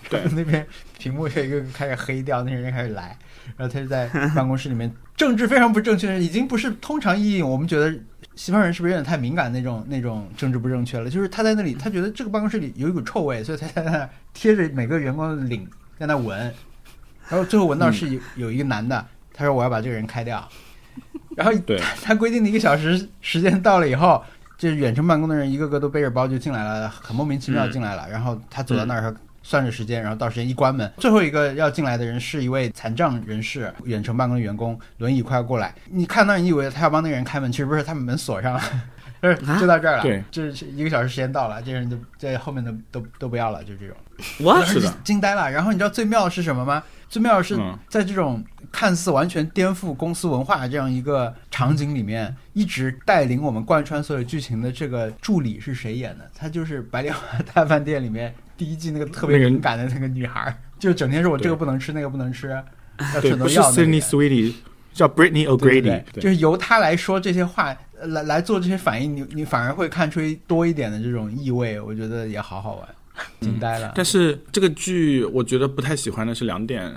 对 那边屏幕有一个开始黑掉，那人开始来，然后他就在办公室里面政治非常不正确，已经不是通常意义我们觉得西方人是不是有点太敏感那种那种政治不正确了？就是他在那里，他觉得这个办公室里有一股臭味，所以他在那儿贴着每个员工的领。在让他闻，然后最后闻到是有有一个男的，他说我要把这个人开掉，然后对，他规定的一个小时时间到了以后，就是远程办公的人一个个都背着包就进来了，很莫名其妙进来了。然后他走到那儿他算着时间，然后到时间一关门，最后一个要进来的人是一位残障人士，远程办公的员工，轮椅快要过来，你看到你以为他要帮那个人开门，其实不是，他们门锁上了。 就是啊就到这儿了，对，就是一个小时时间到了，这人就这后面的都都不要了，就这种。我是的啊惊呆了。然后你知道最妙的是什么吗？最妙的是嗯在这种看似完全颠覆公司文化的这样一个场景里面，一直带领我们贯穿所有剧情的这个助理是谁演的？她就是《白莲花大饭店》里面第一季那个特别那个敏感的那个女孩儿，就整天说我这个不能吃，那个不能吃，要 对，吃不农是药那 Sydney 个。 Sweetie，叫 Britney 对对 O'Grady，对，就是由她来说这些话，呃来来做这些反应，你你反而会看出多一点的这种意味，我觉得也好好玩，惊呆了。但是嗯这个剧我觉得不太喜欢的是两点，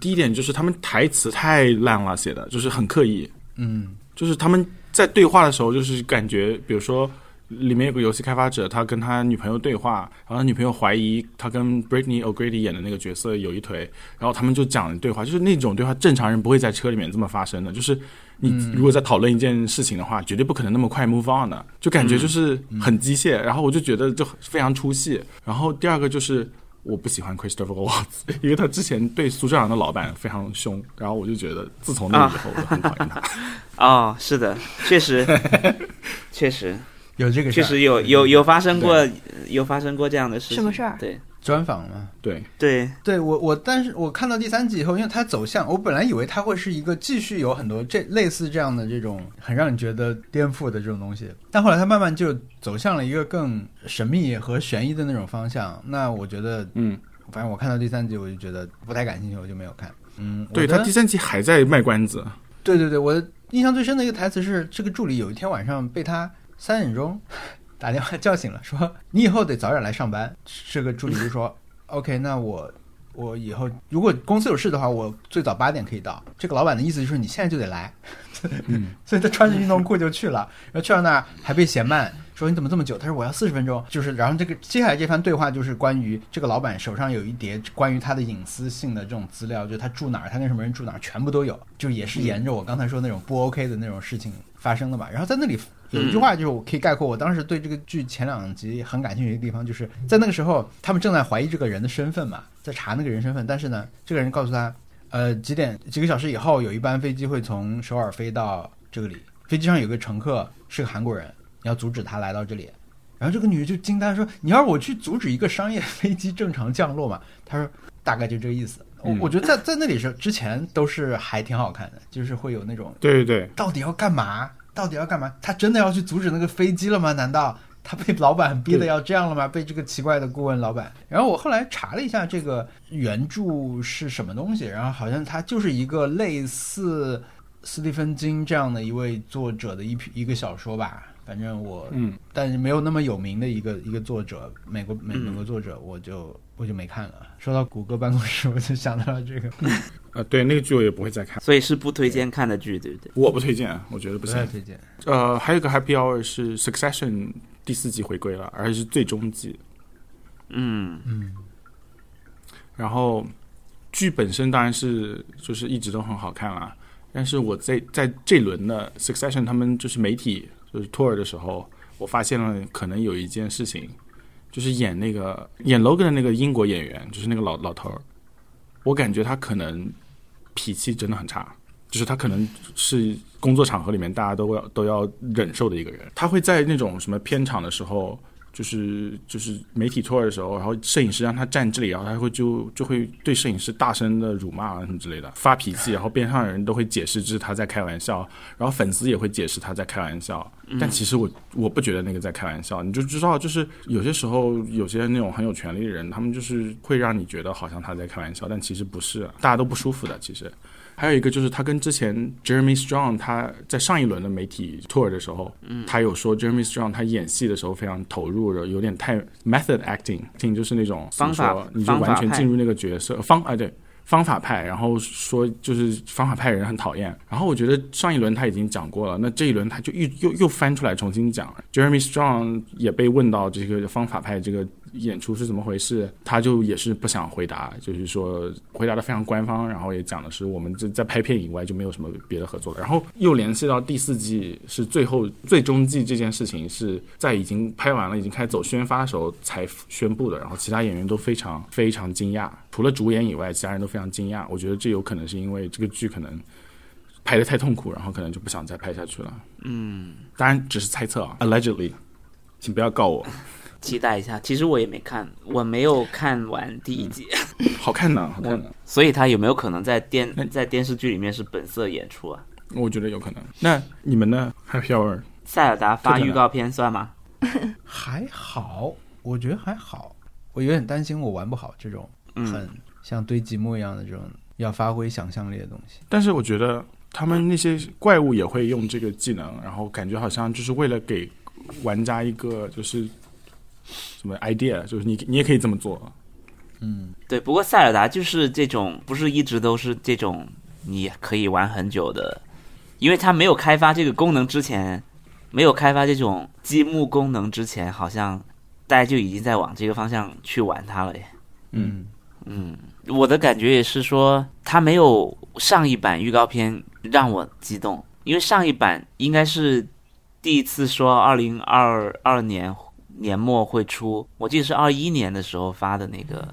第一点就是他们台词太烂了，写的就是很刻意，嗯，就是他们在对话的时候，就是感觉，比如说里面有个游戏开发者，他跟他女朋友对话，然后他女朋友怀疑他跟 Britney O'Grady 演的那个角色有一腿，然后他们就讲对话，就是那种对话，正常人不会在车里面这么发生的，就是你如果在讨论一件事情的话，绝对不可能那么快 move on 的，就感觉就是很机械，然后我就觉得就非常出戏。然后第二个就是。我不喜欢 Christopher Watts，因 为他之前对苏州阳的老板非常凶，然后我就觉得自从那以后我就很讨厌 他。哦，是的，确 实，确实，有这个事确儿实有有有发生过，有发生过这样的事情。什么事儿对专访吗？对，对，对我我，但是我看到第三季以后，因为它走向，我本来以为它会是一个继续有很多这类似这样的这种很让你觉得颠覆的这种东西，但后来它慢慢就走向了一个更神秘和悬疑的那种方向。那我觉得，嗯，反正我看到第三集我就觉得不太感兴趣，我就没有看。嗯，我对的他第三集还在卖关子，对对对，我的印象最深的一个台词是，这个助理有一天晚上被他三点钟 打电话叫醒了，说你以后得早点来上班。这个助理就说，OK，那我我以后如果公司有事的话，我最早八点可以到。这个老板的意思就是你现在就得来， 所以他穿着运动裤就去了，然后去到那儿还被嫌慢。说你怎么这么久？他说我要四十分钟，就是然后这个接下来这番对话就是关于这个老板手上有一叠关于他的隐私性的这种资料，就是他住哪儿，他跟什么人住哪儿，全部都有，就也是沿着我刚才说那种不 OK 的那种事情发生的嘛。然后在那里有一句话就是我可以概括我当时对这个剧前两集很感兴趣的地方，就是在那个时候他们正在怀疑这个人的身份嘛，在查那个人身份，但是呢，这个人告诉他呃，几点几个小时以后有一班飞机会从首尔飞到这里，飞机上有个乘客是个韩国人，你要阻止他来到这里。然后这个女的就惊呆说：“你要让我去阻止一个商业 飞机正常降落嘛？”他说：“大概就这个意思。我”我、嗯觉得在在那里时之前都是还挺好看的，就是会有那种对对对，到底要干嘛？到底要干嘛？他真的要去阻止那个飞机了吗？难道他被老板逼的对要这样了吗？被这个奇怪的顾问老板？然后我后来查了一下这个原著是什么东西，然后好像它就是一个类似斯蒂芬金这样的一位作者的一篇一个小说吧。反正我，嗯，但是没有那么有名的一个一个作者，美国美美国作者，我就我就没看了。说到谷歌办公室，我 就想到了这个，呃，对那个剧我也不会再看，所以是不推荐看的剧，对不对？我不推荐，我觉得不不行太。推荐。呃，还有一个 Happy Hour 是 Succession 第四季回归了，而且是最终季。嗯，然后剧本身当然是就是一直都很好看啦，但是我在在这轮的 Succession 他们就是媒体就是 tour 的时候，我发现了可能有一件事情，就是演那个演 Logan 的那个英国演员，就是那个老老头儿，我感觉他可能脾气真的很差。就是他可能是工作场合里面大家都要都要忍受的一个人，他会在那种什么片场的时候，就是就是媒体 tour 的时候，然后摄影师让他站这里，然后他会就就会对摄影师大声的辱骂啊什么之类的，发脾气，然后边上的人都会解释这是他在开玩笑，然后粉丝也会解释他在开玩笑，但其实我我不觉得那个在开玩笑，你就知道就是有些时候有些那种很有权利的人，他们就是会让你觉得好像他在开玩笑，但其实不是，啊大家都不舒服的其实。还有一个就是他跟之前 Jeremy Strong 他在上一轮的媒体 tour 的时候，嗯他有说 Jeremy Strong 他演戏的时候非常投入，有点太 method acting，acting 就是那种方法怎么说你就完方法全派进入那个角色方啊对。方法派，然后说就是方法派人很讨厌。然后我觉得上一轮他已经讲过了，那这一轮他就又又又翻出来重新讲。Jeremy Strong 也被问到这个方法派这个演出是怎么回事，他就也是不想回答，就是说回答的非常官方，然后也讲的是我们这在拍片以外就没有什么别的合作了。然后又联系到第四季是最后最终季这件事情是在已经拍完了，已经开始走宣发的时候才宣布的，然后其他演员都非常非常惊讶，除了主演以外，其他人都非常惊讶。我觉得这有可能是因为这个剧可能拍的太痛苦，然后可能就不想再拍下去了。嗯，当然只是猜测啊，allegedly，请不要告我。期待一下。其实我也没看，我没有看完第一季，嗯好看呢，好看呢， 所以他有没有可能在电嗯在电视剧里面是本色演出啊？我觉得有可能。那你们呢？Happy Hour 塞尔达发不可能预告片算吗？还好，我觉得还好。我有点担心我玩不好这种嗯很像堆积木一样的这种要发挥想象力的东西。但是我觉得他们那些怪物也会用这个技能，然后感觉好像就是为了给玩家一个就是什么 idea，就是你你也可以这么做。对，不过塞尔达就是这种，不是一直都是这种，你可以玩很久的，因为它没有开发这个功能之前，没有开发这种积木功能之前，好像大家就已经在往这个方向去玩它了耶。嗯，嗯，我的感觉也是说，它没有上一版预告片让我激动，因为上一版应该是第一次说二零二二年年末会出，我记得是二一年的时候发的那个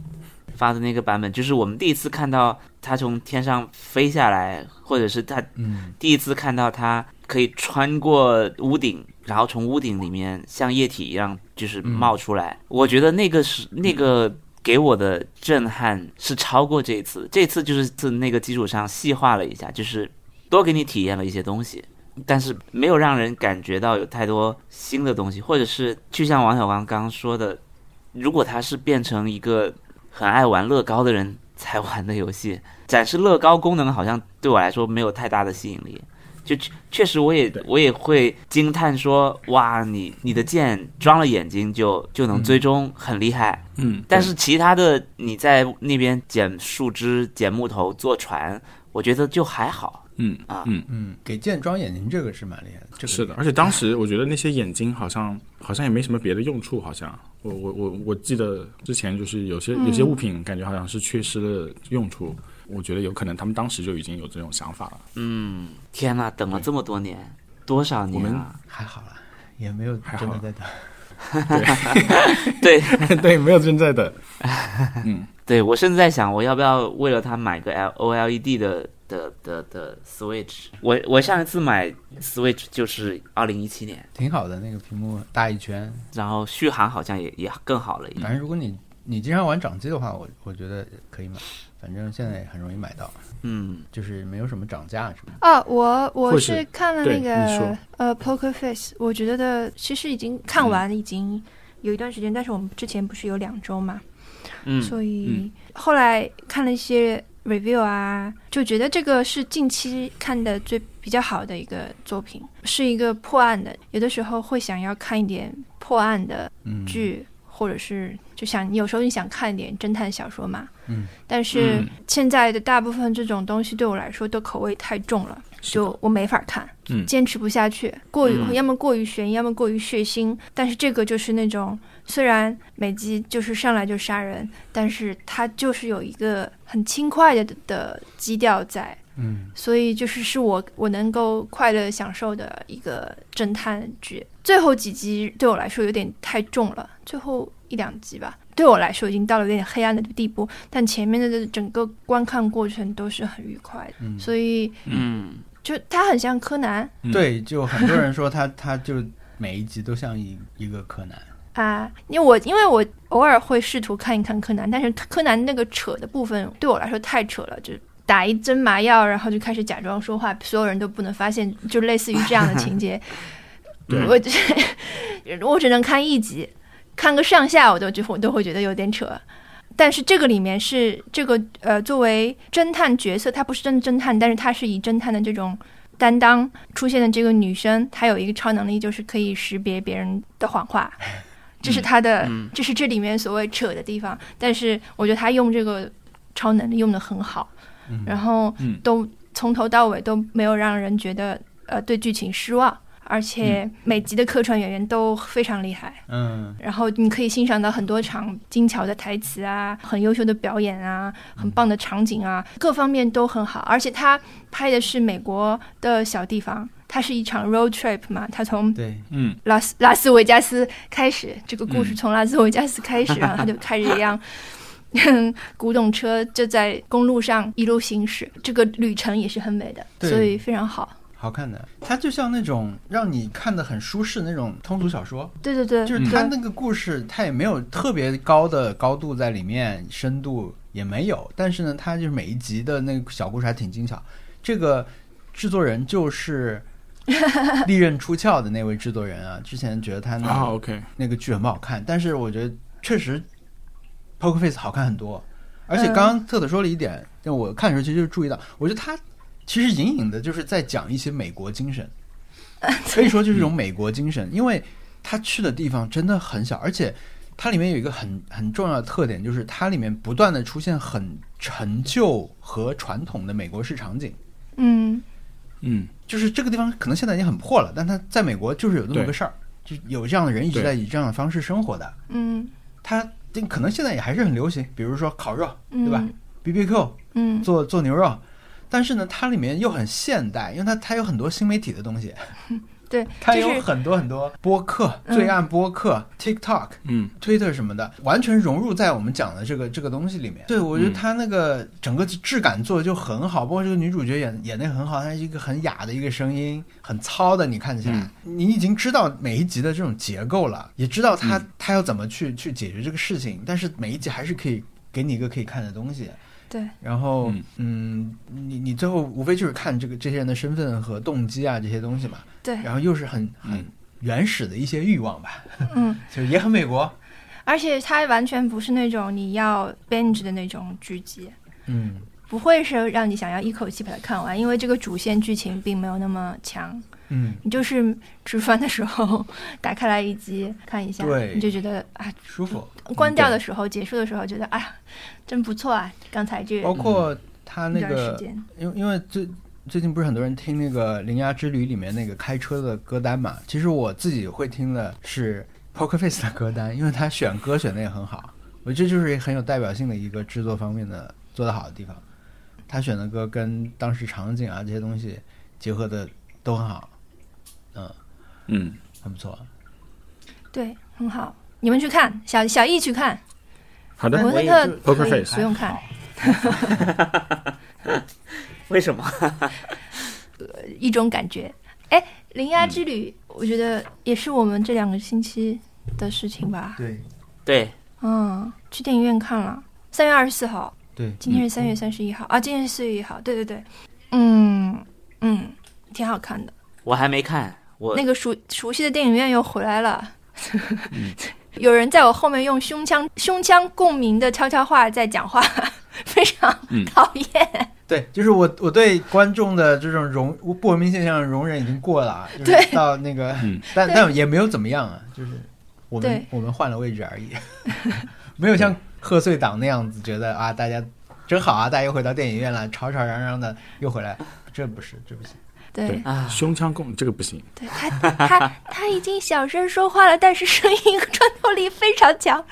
发的那个版本，就是我们第一次看到它从天上飞下来，或者是它嗯，第一次看到它可以穿过屋顶，然后从屋顶里面像液体一样就是冒出来。我觉得那个是那个给我的震撼是超过这一次，这次就是自那个基础上细化了一下，就是多给你体验了一些东西。但是没有让人感觉到有太多新的东西，或者是就像王小光刚刚说的，如果他是变成一个很爱玩乐高的人才玩的游戏，展示乐高功能好像对我来说没有太大的吸引力。就确确实，我也对我也会惊叹说，哇，你你的剑装了眼睛就就能追踪，很厉害。嗯，但是其他的，你在那边捡树枝、捡木头、做船，我觉得就还好。嗯啊嗯嗯，给剑装眼睛这个是蛮厉害的，这个是的，而且当时我觉得那些眼睛好像好像也没什么别的用处，好像我我我我记得之前就是有些有些嗯物品感觉好像是缺失了用处，我觉得有可能他们当时就已经有这种想法了。嗯，天呐，等了这么多年，多少年啊？还好啦，也没有还真好的在打。对 对，没有真在的。对，我甚至在想，我要不要为了它买个 L O L E D 的的的的 Switch？我我上一次买 Switch 就是二零一七年，挺好的，那个屏幕大一圈。然后续航好像也也更好嗯了一点。反正如果你你经常玩掌机的话，我我觉得可以买，反正现在也很容易买到，嗯，就是没有什么涨价什么的。啊，我我或是是看了对那你个说嗯呃《Poker Face》，我觉得的其实已经看完，已经有一段时间，但是我们之前不是有两周嘛，嗯所以嗯后来看了一些 review 啊，就觉得这个是近期看的最比较好的一个作品，是一个破案的，有的时候会想要看一点破案的嗯，剧，或者是就想你有时候你想看一点侦探小说嘛，嗯，但是嗯现在的大部分这种东西对我来说都口味太重了，就我没法看，嗯坚持不下去，过于、嗯要么过于悬疑，要么过于血腥，但是这个就是那种虽然每集就是上来就杀人，但是它就是有一个很轻快的的基调在，嗯，所以就是是我我能够快乐享受的一个侦探剧。最后几集对我来说有点太重了，最后一两集吧，对我来说已经到了有点黑暗的地步，但前面的整个观看过程都是很愉快的，嗯所以嗯，就它很像柯南嗯对，就很多人说他他就每一集都像一一个柯南。啊，因为我因为我偶尔会试图看一看柯南，但是柯南那个扯的部分对我来说太扯了，就是打一针麻药，然后就开始假装说话，所有人都不能发现，就类似于这样的情节，对我只 我只能看一集，看个上下我都觉我都会觉得有点扯。但是这个里面是这个呃，作为侦探角色，她不是真的侦探，但是她是以侦探的这种担当出现的这个女生，她有一个超能力，就是可以识别别人的谎话，这是她的，这是这里面所谓扯的地方。但是我觉得她用这个超能力用的很好，嗯然后嗯都从头到尾都没有让人觉得呃对剧情失望，而且每集的客串演员都非常厉害。嗯然后你可以欣赏到很多场精巧的台词啊，很优秀的表演啊，很棒的场景啊，各方面都很好。而且他拍的是美国的小地方，它是一场 road trip 嘛，他从对，嗯，拉斯拉斯维加斯开始，这个故事嗯从拉斯维加斯开始， 然后他就开着一辆古董车就在公路上一路行驶，这个旅程也是很美的，对所以非常好。好看的，它就像那种让你看的很舒适那种通俗小说，对对对，就是对它那个故事，它也没有特别高的高度在里面，深度也没有，但是呢，它就是每一集的那个小故事还挺精巧。这个制作人就是历任出鞘的那位制作人啊，之前觉得嗯他那个、啊，OK，那个剧很不好看，但是我觉得确实 Poker Face 好看很多。而且刚刚特特说了一点，但我看的时候其实就注意到，我觉得他其实隐隐的就是在讲一些美国精神，可以说就是一种美国精神，因为他去的地方真的很小，而且它里面有一个很很重要的特点，就是它里面不断的出现很陈旧和传统的美国式场景。嗯，嗯，就是这个地方可能现在已经很破了，但它在美国就是有这么个事儿，就有这样的人一直对在以这样的方式生活的。嗯，它这可能现在也还是很流行，比如说烤肉，嗯对吧？？B B Q 嗯，做做牛肉，但是呢，它里面又很现代，因为它它有很多新媒体的东西， 对，它就有是很多很多播客、嗯罪案播客、TikTok、嗯， Twitter 什么的，完全融入在我们讲的这个这个东西里面。对，我觉得嗯他那个整个质感做的就很好，包括这个女主角演演的很好，她是一个很哑的一个声音，很糙的，你看起来、嗯你已经知道每一集的这种结构了，也知道她嗯她要怎么去去解决这个事情，但是每一集还是可以给你一个可以看的东西。对，然后嗯，嗯，你你最后无非就是看这个这些人的身份和动机啊这些东西嘛，对，然后又是很很嗯原始的一些欲望吧，嗯。 就是也很美国，而且它完全不是那种你要 binge 的那种剧集，嗯。不会是让你想要一口气把它看完，因为这个主线剧情并没有那么强。嗯你就是吃饭的时候 打开来一集看一下，对你就觉得啊，，舒服。关掉的时候、结束的时候觉得啊，真不错啊，刚才这包括他一那段时个，间，因为因为最最近不是很多人听那个《铃芽之旅》里面那个开车的歌单嘛，其实我自己会听的是 Poker Face 的歌单，因为他选歌选的也很好，我觉得这就是很有代表性的一个制作方面的做得好的地方。他选的歌跟当时场景啊这些东西结合的都很好，嗯，嗯，很不错。对，很好。你们去看，小小易去看，好摩的，特我也特就可 Poker 以 Face 不用看，为什么？ 一种感觉。哎，《铃芽之旅》我觉得也是我们这两个星期的事情吧。对对，嗯，去电影院看了，三月二十四号，对，今天是三月三十一号、啊，今天是四月一号，对对对，嗯嗯，挺好看的。我还没看，我那个熟熟悉的电影院又回来了。嗯 有人在我后面用胸腔胸腔共鸣的悄悄话在讲话， 非常嗯讨厌。对，就是我我对观众的这种容不文明现象的容忍已经过了啊，就是对到那个，嗯但对但也没有怎么样啊，就是我们对我们换了位置而已， 没有像贺岁档那样子觉得啊，大家真好啊，大家又回到电影院了，吵吵嚷嚷的又回来，这不是这不行，对对啊，胸腔共这个不行，对他，他他已经小声说话了，但是声音穿透力非常强，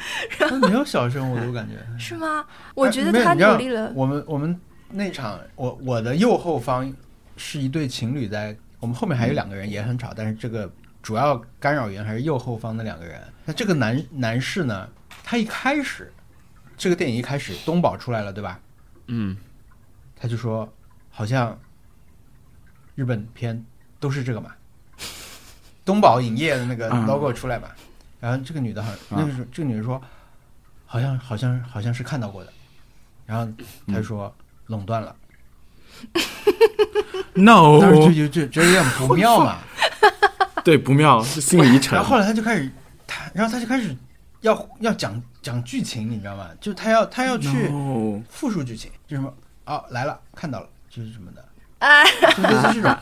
没有小声我都感觉，是吗？我觉得哎没有他你知道努力了。我们我们那场，我我的右后方是一对情侣在，我们后面还有两个人也很吵，但是这个主要干扰源还是右后方的两个人。那这个男男士呢，他一开始这个电影一开始东宝出来了，对吧？嗯，他就说好像日本片都是这个嘛，东宝影业的那个嗯 logo 出来嘛。然后这个女的好像，那嗯个时候这个女的说，好像好像好像是看到过的。然后他就说嗯垄断了， ，no，当时就就就觉得有点不妙 嘛。对，不妙，是心理遗产然后。后来他就开始，他然后他就开始要要讲讲剧情，你知道吗？就他要他要嗯去 no，复述剧情，就什么啊来了看到了就是什么 的，啊，就类似这种。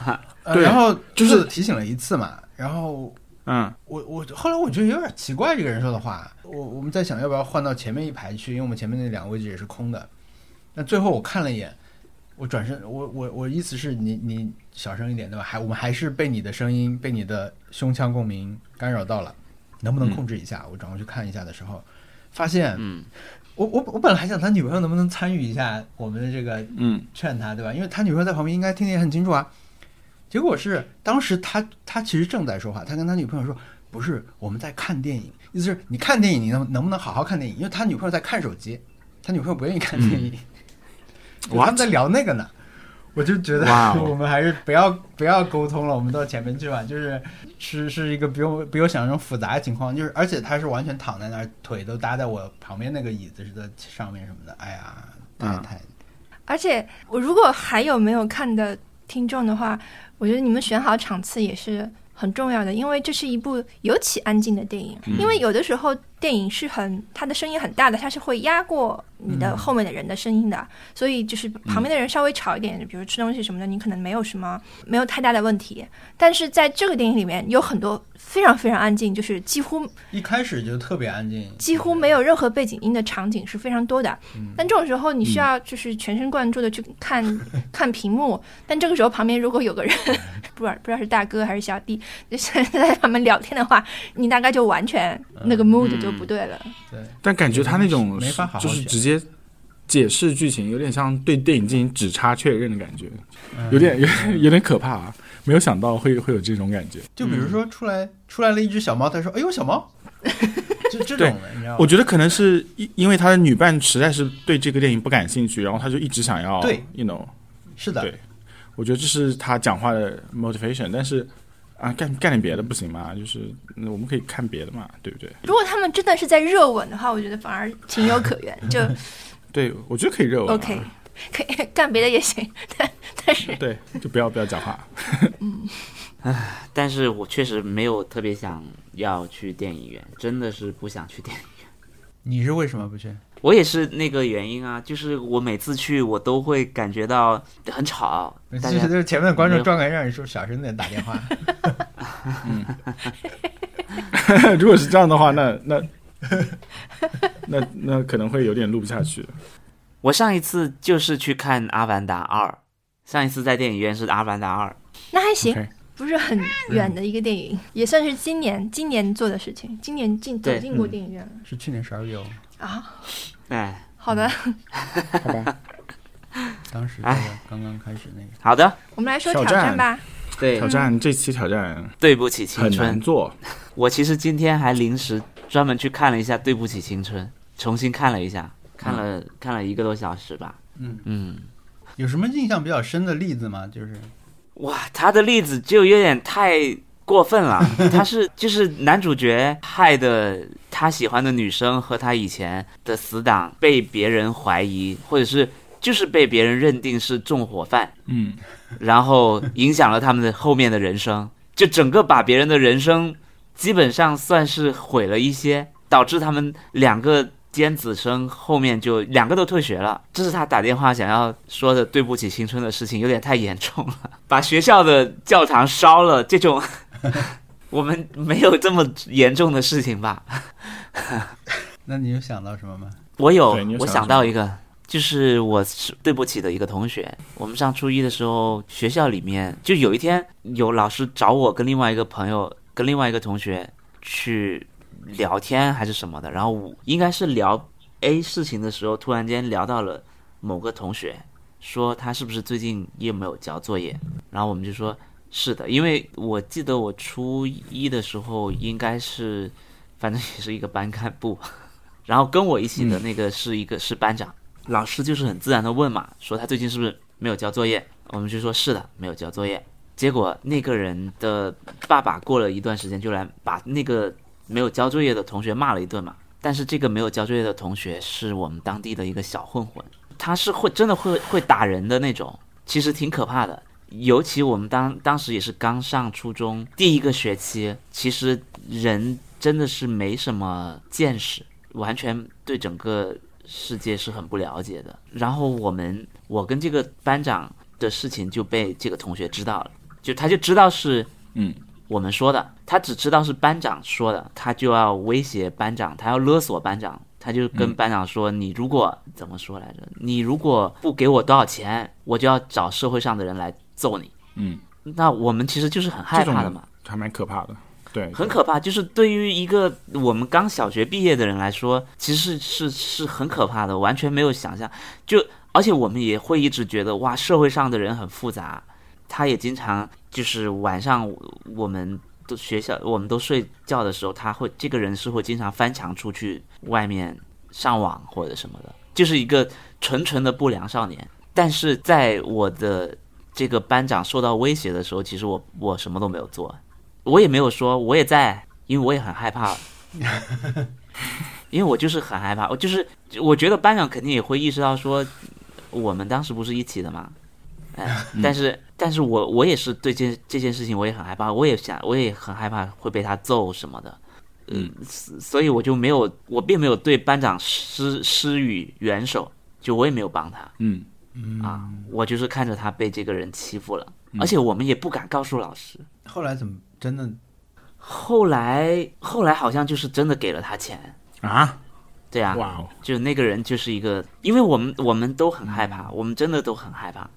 呃对然后就是自己提醒了一次嘛，然后嗯，我我后来我觉得有点奇怪，这个人说的话，我我们在想要不要换到前面一排去，因为我们前面那两个位置也是空的。但最后我看了一眼，我转身，我我我意思是你你小声一点对吧？还我们还是被你的声音被你的胸腔共鸣干扰到了，能不能控制一下？嗯我转过去看一下的时候，发现嗯，我我我本来还想他女朋友能不能参与一下我们的这个嗯，劝他，对吧？因为他女朋友在旁边，应该听得也很清楚啊。结果是，当时他他其实正在说话，他跟他女朋友说：“不是，我们在看电影。”意思是你看电影，你能能不能好好看电影？因为他女朋友在看手机，他女朋友不愿意看电嗯 影，我他们在聊那个呢。我就觉得哇哦 我们还是不要不要沟通了，我们到前面去吧。就是是是一个比我比我想象中复杂的情况，就是而且他是完全躺在那儿，腿都搭在我旁边那个椅子的上面什么的。哎呀，太嗯太而且我如果还有没有看的听众的话，我觉得你们选好场次也是很重要的，因为这是一部尤其安静的电影。因为有的时候电影是很它的声音很大的，它是会压过你的嗯后面的人的声音的，所以就是旁边的人稍微吵一点，比如吃东西什么的，你可能没有什么没有太大的问题。但是在这个电影里面有很多非常非常安静，就是几乎一开始就特别安静，几乎没有任何背景音的场景是非常多的。但这种时候，你需要就是全神贯注的去看、看屏幕。但这个时候，旁边如果有个人， 不知道不知道是大哥还是小弟，就是在他们聊天的话，你大概就完全那个 mood 就不对了。对，但感觉他那种没法好好就是选直接解释剧情，有点像对电影进行只差确认的感觉， 有点有点有点可怕啊！没有想到会会有这种感觉。嗯就比如嗯说出来出来了一只小猫，他说：“哎呦，小猫。” 就这种的，你知道我吗？觉得可能是因因为他的女伴实在是对这个电影不感兴趣，然后他就一直想要对，you know，是的对，我觉得这是他讲话的 motivation，但是啊，干干点别的不行吗？就是嗯我们可以看别的嘛，对不对？如果他们真的是在热吻的话，我觉得反而情有可原，就对，我觉得可以热吻、啊。 OK，可以干别的也行。 但但是对，就不要不要讲话。 但是我确实没有特别想要去电影院，真的是不想去电影院。你是为什么不去？我也是那个原因啊，就是我每次去我都会感觉到很吵，大就家是就是前面的观没众有转过来让你说小声点打电话， 如果是这样的话，那那那那可能会有点录不下去。我上一次就是去看《阿凡达二》，上一次在电影院是《阿凡达二》。那还行 OK 不是很远的一个电影，也算是今年今年做的事情，今年进走对进过嗯电影院了、是去年十二月哦，啊。哎，好的，好吧，当时这个刚刚开始那个。好的，我们来说挑挑战战吧。对挑，战这期挑战对不起青很难春。做，我其实今天还临时专门去看了一下《对不起青春》，重新看了一下，看了、看了一个多小时吧。嗯，嗯，有什么印象比较深的例子吗？就是哇，他的例子就有点太过分了。他是就是男主角害的他喜欢的女生和他以前的死党被别人怀疑，或者是就是被别人认定是纵火犯，嗯，然后影响了他们的后面的人生，就整个把别人的人生基本上算是毁了一些，导致他们两个尖子生后面就两个都退学了。这是他打电话想要说的对不起青春的事情，有点太严重了， 把学校的教堂烧了，这种 我们没有这么严重的事情吧？那你有想到什么吗？我有对你，有我想到想到一个，就是我是对不起的一个同学。我们上初一的时候，学校里面就有一天有老师找我跟另外一个朋友、跟另外一个同学去聊天还是什么的，然后我应该是聊 A 事情的时候，突然间聊到了某个同学，说他是不是最近又没有交作业，然后我们就说是的，因为我记得我初一的时候应该是，反正也是一个班干部。然后跟我一起的那个是一个、是班长，老师就是很自然的问嘛，说他最近是不是没有交作业？我们就说是的，没有交作业。结果那个人的爸爸过了一段时间就来把那个没有交作业的同学骂了一顿嘛。但是这个没有交作业的同学是我们当地的一个小混混，他是会真的会会打人的那种，其实挺可怕的。尤其我们当当时也是刚上初中第一个学期，其实人真的是没什么见识，完全对整个世界是很不了解的。然后我们，我跟这个班长的事情就被这个同学知道了，就他就知道是嗯我们说的，他只知道是班长说的，他就要威胁班长，他要勒索班长，他就跟班长说：“你如果怎么说来着？你如果不给我多少钱，我就要找社会上的人来揍你。”嗯，那我们其实就是很害怕的嘛，还蛮可怕的。对，很可怕。就是对于一个我们刚小学毕业的人来说，其实是是是很可怕的，完全没有想象。就而且我们也会一直觉得哇，社会上的人很复杂。他也经常就是晚上我们都学校我们都睡觉的时候，他会这个人是会经常翻墙出去外面上网或者什么的，就是一个纯纯的不良少年。但是在我的这个班长受到威胁的时候，其实我我什么都没有做，我也没有说我也在，因为我也很害怕， 因为我就是很害怕，我就是我觉得班长肯定也会意识到说，我们当时不是一起的嘛，哎，但是但是我我也是对这这件事情我也很害怕，我也想我也很害怕会被他揍什么的，嗯，所所以我就没有我并没有对班长施施予援手，就我也没有帮他，嗯，啊，我就是看着他被这个人欺负了，而且我们也不敢告诉老师。后来怎么真的后来后来好像就是真的给了他钱，啊，对啊，哇哦，就那个人就是一个，因为我们我们都很害怕，我们真的都很害怕。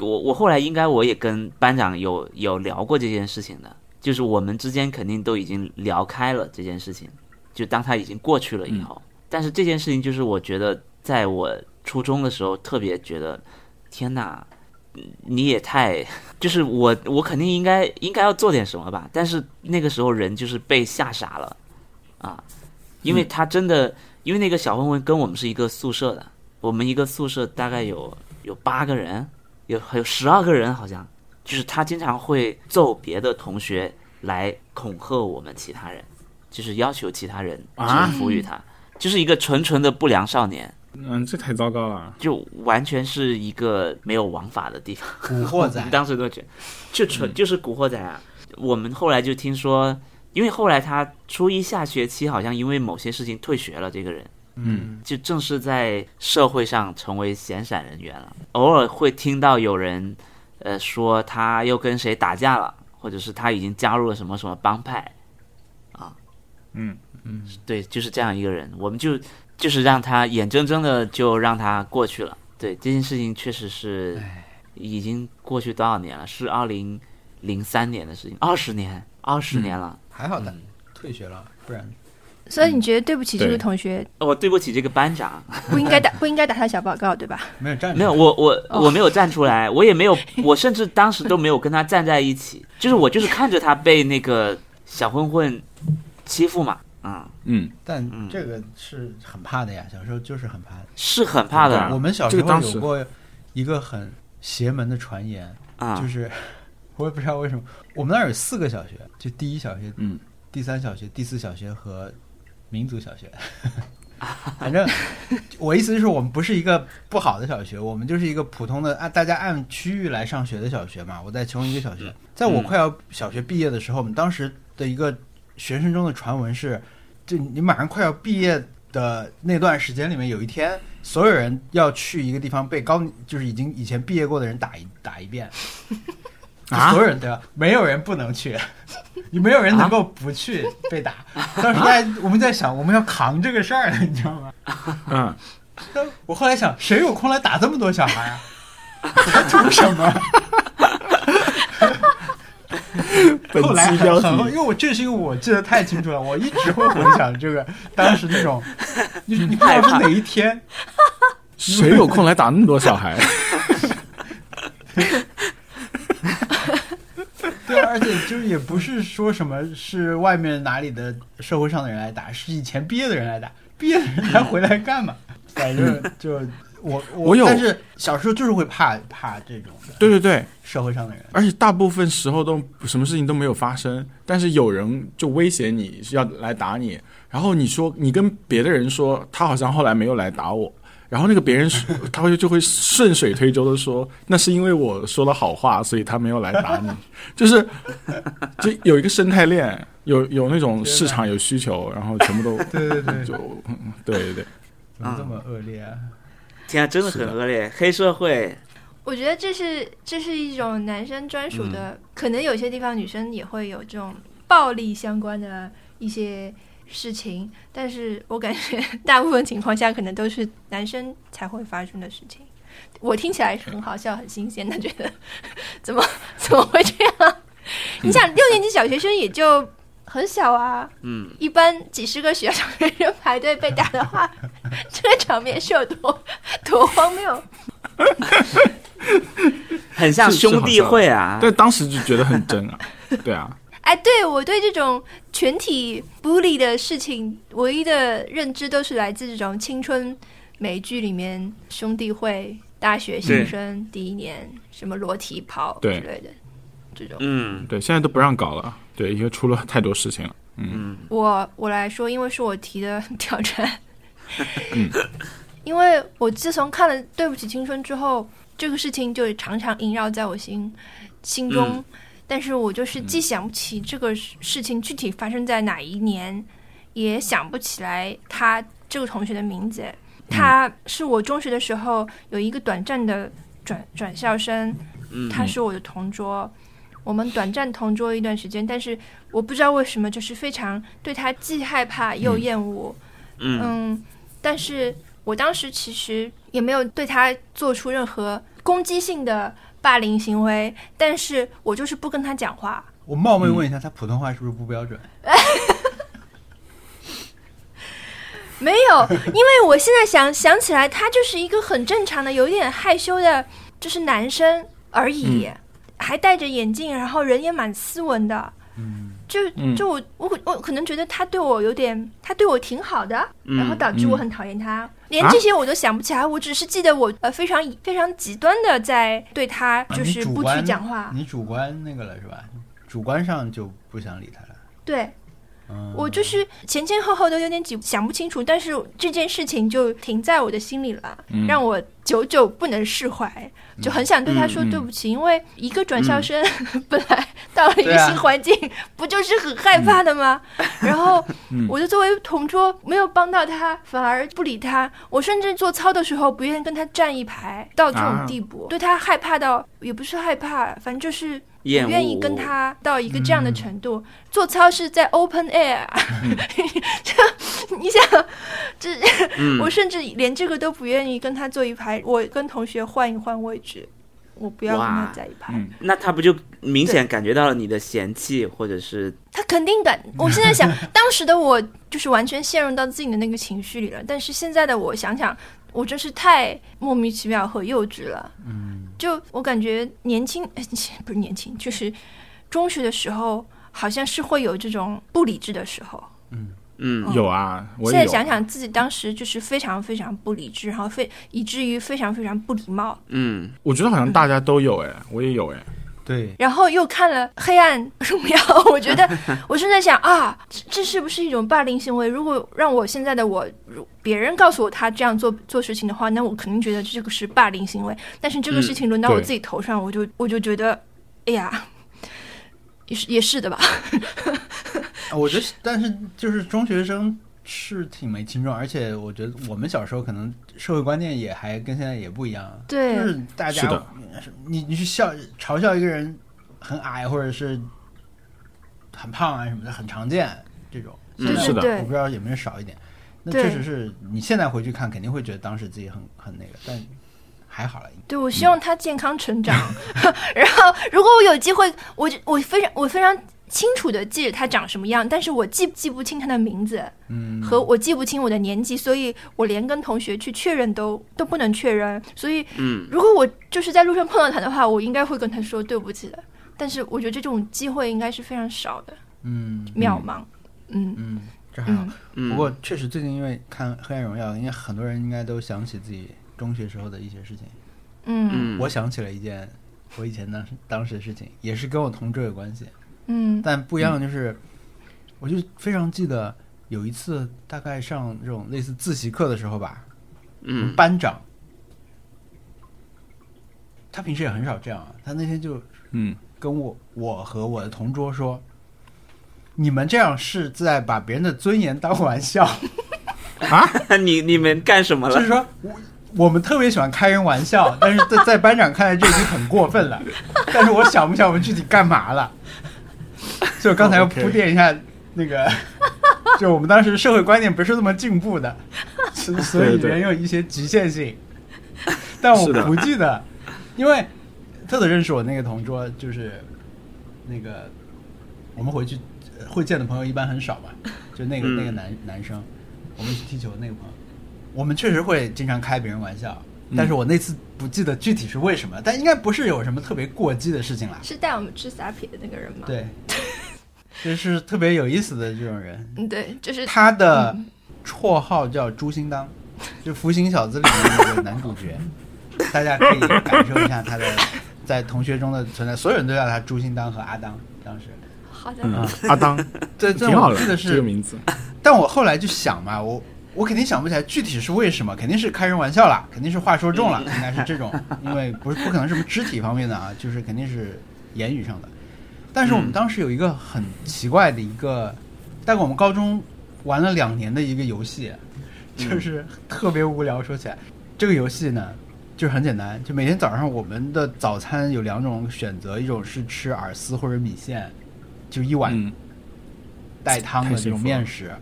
我我后来应该我也跟班长有有聊过这件事情的，就是我们之间肯定都已经聊开了这件事情，就当他已经过去了以后。但是这件事情就是我觉得在我初中的时候特别觉得，天哪，你也太 就是我我肯定应该应该要做点什么吧，但是那个时候人就是被吓傻了，啊，因为他真的。因为那个小混混跟我们是一个宿舍的，我们一个宿舍大概有有八个人，有还有十二个人好像，就是他经常会揍别的同学来恐吓我们其他人，就是要求其他人啊臣服于他，就是一个纯纯的不良少年，嗯，这太糟糕了。就完全是一个没有王法的地方。？古惑仔 当时都觉得，就纯就是古惑仔啊。我们后来就听说，因为后来他初一下学期好像因为某些事情退学了，这个人。嗯，就正式在社会上成为闲散人员了。偶尔会听到有人，呃，说他又跟谁打架了，或者是他已经加入了什么什么帮派，啊，嗯嗯，对，就是这样一个人，我们就就是让他眼睁睁的就让他过去了。对，这件事情确实是已经过去多少年了？是二零零三年的事情，二十年，二十年了。还好的，嗯退学了，不然所以你觉得对不起这嗯对个同学，哦我对不起这个班长，啊不应该打 不应该打他小报告，对吧？没有站 没有，我我哦我没有站出来，我也没有，我甚至当时都没有跟他站在一起，就是我就是看着他被那个小混混欺负嘛，啊、嗯，但这个是很怕的呀，小时候就是很怕的。是很怕的啊啊我们小这时个候当时有过一个很邪门的传言，啊啊就，是 我也不知道为什么，我们那儿有四个小学，就第一小学、嗯，第三小学、第四小学和民族小 学。反正我意思就是，我们不是一个不好的小学，我们就是一个普通的按大家按区域来上学的小学嘛。我在其中一个小学，在嗯我快要小学毕业的时候，我们当时的一个学生中的传闻是，就你马上快要毕业的那段时间里面，有一天所有人要去一个地方被高，就是已经以前毕业过的人打一打一 遍，就啊所有人都要，没有人不能去， 你没有人能够不去被打。当时大家我们在想，我们要扛这个事儿，你知道吗？嗯，但 我后来想，谁有空来打这么多小孩 啊？还图什么？本后来期 很标很后，因题为我这是因为我记得太清楚了，我一直会回想这个当时那 种，你你不知道是哪一天，谁有空来打那么多小孩？ 对啊，而且就是也不是说什么是外面哪里的社会上的人来打，是以前毕业的人来打，毕业的人还回来干嘛？反正就我嗯我我有但是小时候就是会怕怕这种的对对对，社会上的人，而且大部分时候都什么事情都没有发生，但是有人就威胁你是要来打你，然后你说你跟别的人说他好像后来没有来打我，然后那个别人说 他会就会顺水推舟的说那是因为我说了好话，所以他没有来打你， 就是就有一个生态链，有有那种市场有需求，然后全部都对对 对， 就嗯对对对，怎么这么恶劣啊？天啊，真的是很的恶劣，黑社会，我觉得这是这是一种男生专属的，可能有些地方女生也会有这种暴力相关的一些事情，但是我感觉大部分情况下可能都是男生才会发生的事情。我听起来是很好笑、很新鲜的，觉得怎么 怎么会这样？你想，六年级小学生也就很小啊，嗯，一般几十个小小学生排队被打的话，这个场面是有多多荒谬？很像是是兄弟会啊。但当时就觉得很真啊，对啊，哎，对我对这种群体 bully 的事情，唯一的认知都是来自这种青春美剧里面兄弟会、大学新生第一年什么裸体跑之对类的这种。嗯对，现在都不让搞了，对，因为出了太多事情了。嗯我我来说，因为是我提的 挑战， 因为我自从看了《对不起青春》之后，这个事情就常常萦绕在我心心中，嗯但是我就是既想不起这个事事情具体发生在哪一年，也想不起来他这个同学的名字。他是我中学的时候有一个短暂的转转校生，嗯，他是我的同桌，我们短暂同桌一段时间，但是我不知道为什么，就是非常对他既害怕又厌恶。嗯嗯但是我当时其实也没有对他做出任何攻击性的霸凌行为，但是我就是不跟他讲话。我冒昧问一下，他普通话是不是不标准？没有，因为我现在想想起来，他就是一个很正常的、有一点害羞的，就是男生而已，还戴着眼镜，然后人也蛮斯文的。就嗯就我我可我可能觉得他对我有点，他对我挺好的，嗯然后导致我嗯很讨厌他，连这些我都想不起来，我只是记得我呃非常非常极端的在对他就你是主不去观讲话，你主观那个了是吧？主观上就不想理他了。对嗯，我就是前前后后都有点记想不清楚，但是这件事情就停在我的心里了，嗯让我久久不能释怀，就很想对他嗯说嗯嗯对不起，因为一个转校生、本来到了一对个啊新环境，不就是很害怕的吗？嗯然后我就作为同桌没有帮到他，反而不理他，我甚至做操的时候不愿意跟他站一排，到这种啊地步，对他害怕到也不是害怕，反正就是厌恶嗯不愿意跟他到一个这样的程度。做操是在 open air，、这 你想，这、嗯我甚至连这个都不愿意跟他坐一排，我跟同学换一换位置，我不要跟他哇在一排。嗯那他不就明显感觉到了你的嫌弃，或者是他肯定感，我现 在想，当时的我就是完全陷入到自己的那个情绪里了。但是现在的我想想，我真是太莫名其妙和幼稚了。嗯，就我感觉年轻， 不是年轻，就是中学的时候，好像是会有这种不理智的时候。嗯有啊，我现也在有。想想自己当时就是非常非常不理智，然后非以至于非常非常不礼貌，嗯我觉得好像大家都有哎、我也有哎、对，然后又看了《黑暗 荣耀》，我觉得我正在想啊，这这是不是一种霸凌行为？如果让我现在的我，如别人告诉我他这样做做事情的话，那我肯定觉得这个是霸凌行为。但是这个嗯事情轮到我对自己头上，我就我就觉得，哎呀，也是也是的吧？啊我觉得，但是就是中学生是挺没轻重，而且我觉得我们小时候可能社会观念也还跟现在也不一样，啊对就是大家是的你你去笑嘲笑一个人很矮或者是很胖啊什么的，很常见这种。嗯现在是的我不知道有没有少一点。那对确实是你现在回去看，肯定会觉得当时自己很很那个，但还好了。对，我希望他健康成长。 然后，如果我有机会，我就我非常我非常清楚的记着他长什么样，但是我记记不清他的名字，嗯，和我记不清我的年纪，所以我连跟同学去确认都都不能确认。所以，嗯如果我就是在路上碰到他的话，我应该会跟他说对不起的。但是我觉得这种机会应该是非常少的，嗯渺茫。嗯嗯，这还好。嗯，嗯，不过确实最近因为看《黑暗荣耀》，应该很多人应该都想起自己中学时候的一些事情。嗯嗯我想起了一件我以前当时当时的事情，也是跟我同桌有关系，嗯但不一样的就是，我就非常记得有一次大概上这种类似自习课的时候吧，我们嗯班长。他平时也很少这样啊，他那天就嗯，跟我我和我的同桌说：“你们这样是在把别人的尊严当玩笑。” 你你们干什么就是了？说我我们特别喜欢开人 玩笑，但是在在班长看来这已经很过分了。但是我想不哦想我们具体干嘛了？所以我刚才要 OK 铺垫一下那个就我们当时社会观念不是这么进步的，是所以对对人有一些局限性。但我是的不记得，因为特特认识我那个同桌，就是那个我们回去呃会见的朋友一般很少吧，就那个、嗯那个男男生，我们一起踢球的那个朋友，我们确实会经常开别人玩笑，嗯但是我那次不记得具体是为什么，但应该不是有什么特别过激的事情啦。是带我们吃撒撇的那个人吗？，对，就是特别有意思的这种 人，嗯，对，就是他的绰号叫朱心当，就《福星小子》里面那个男主角，大家可以感受一下他的在同学中的存在，所有人都叫他朱心当和阿当。当时，好的，嗯，阿当，对，这挺好我的记得这个是，名字。嗯但我后来就想嘛，我我肯定想不起来具体是为什么，肯定是开人玩笑啦，肯定是话说重了，应该是这种，因为不是不可能什么肢体方面的啊，就是肯定是言语上的。但是我们当时有一个很奇怪的一个，大概我们高中玩了两年的一个游戏，就是特别无聊。说起来，这个游戏呢，就是很简单，就每天早上我们的早餐有两种选择，一种是吃饵丝或者米线，就一碗嗯，带汤的这种面食、呃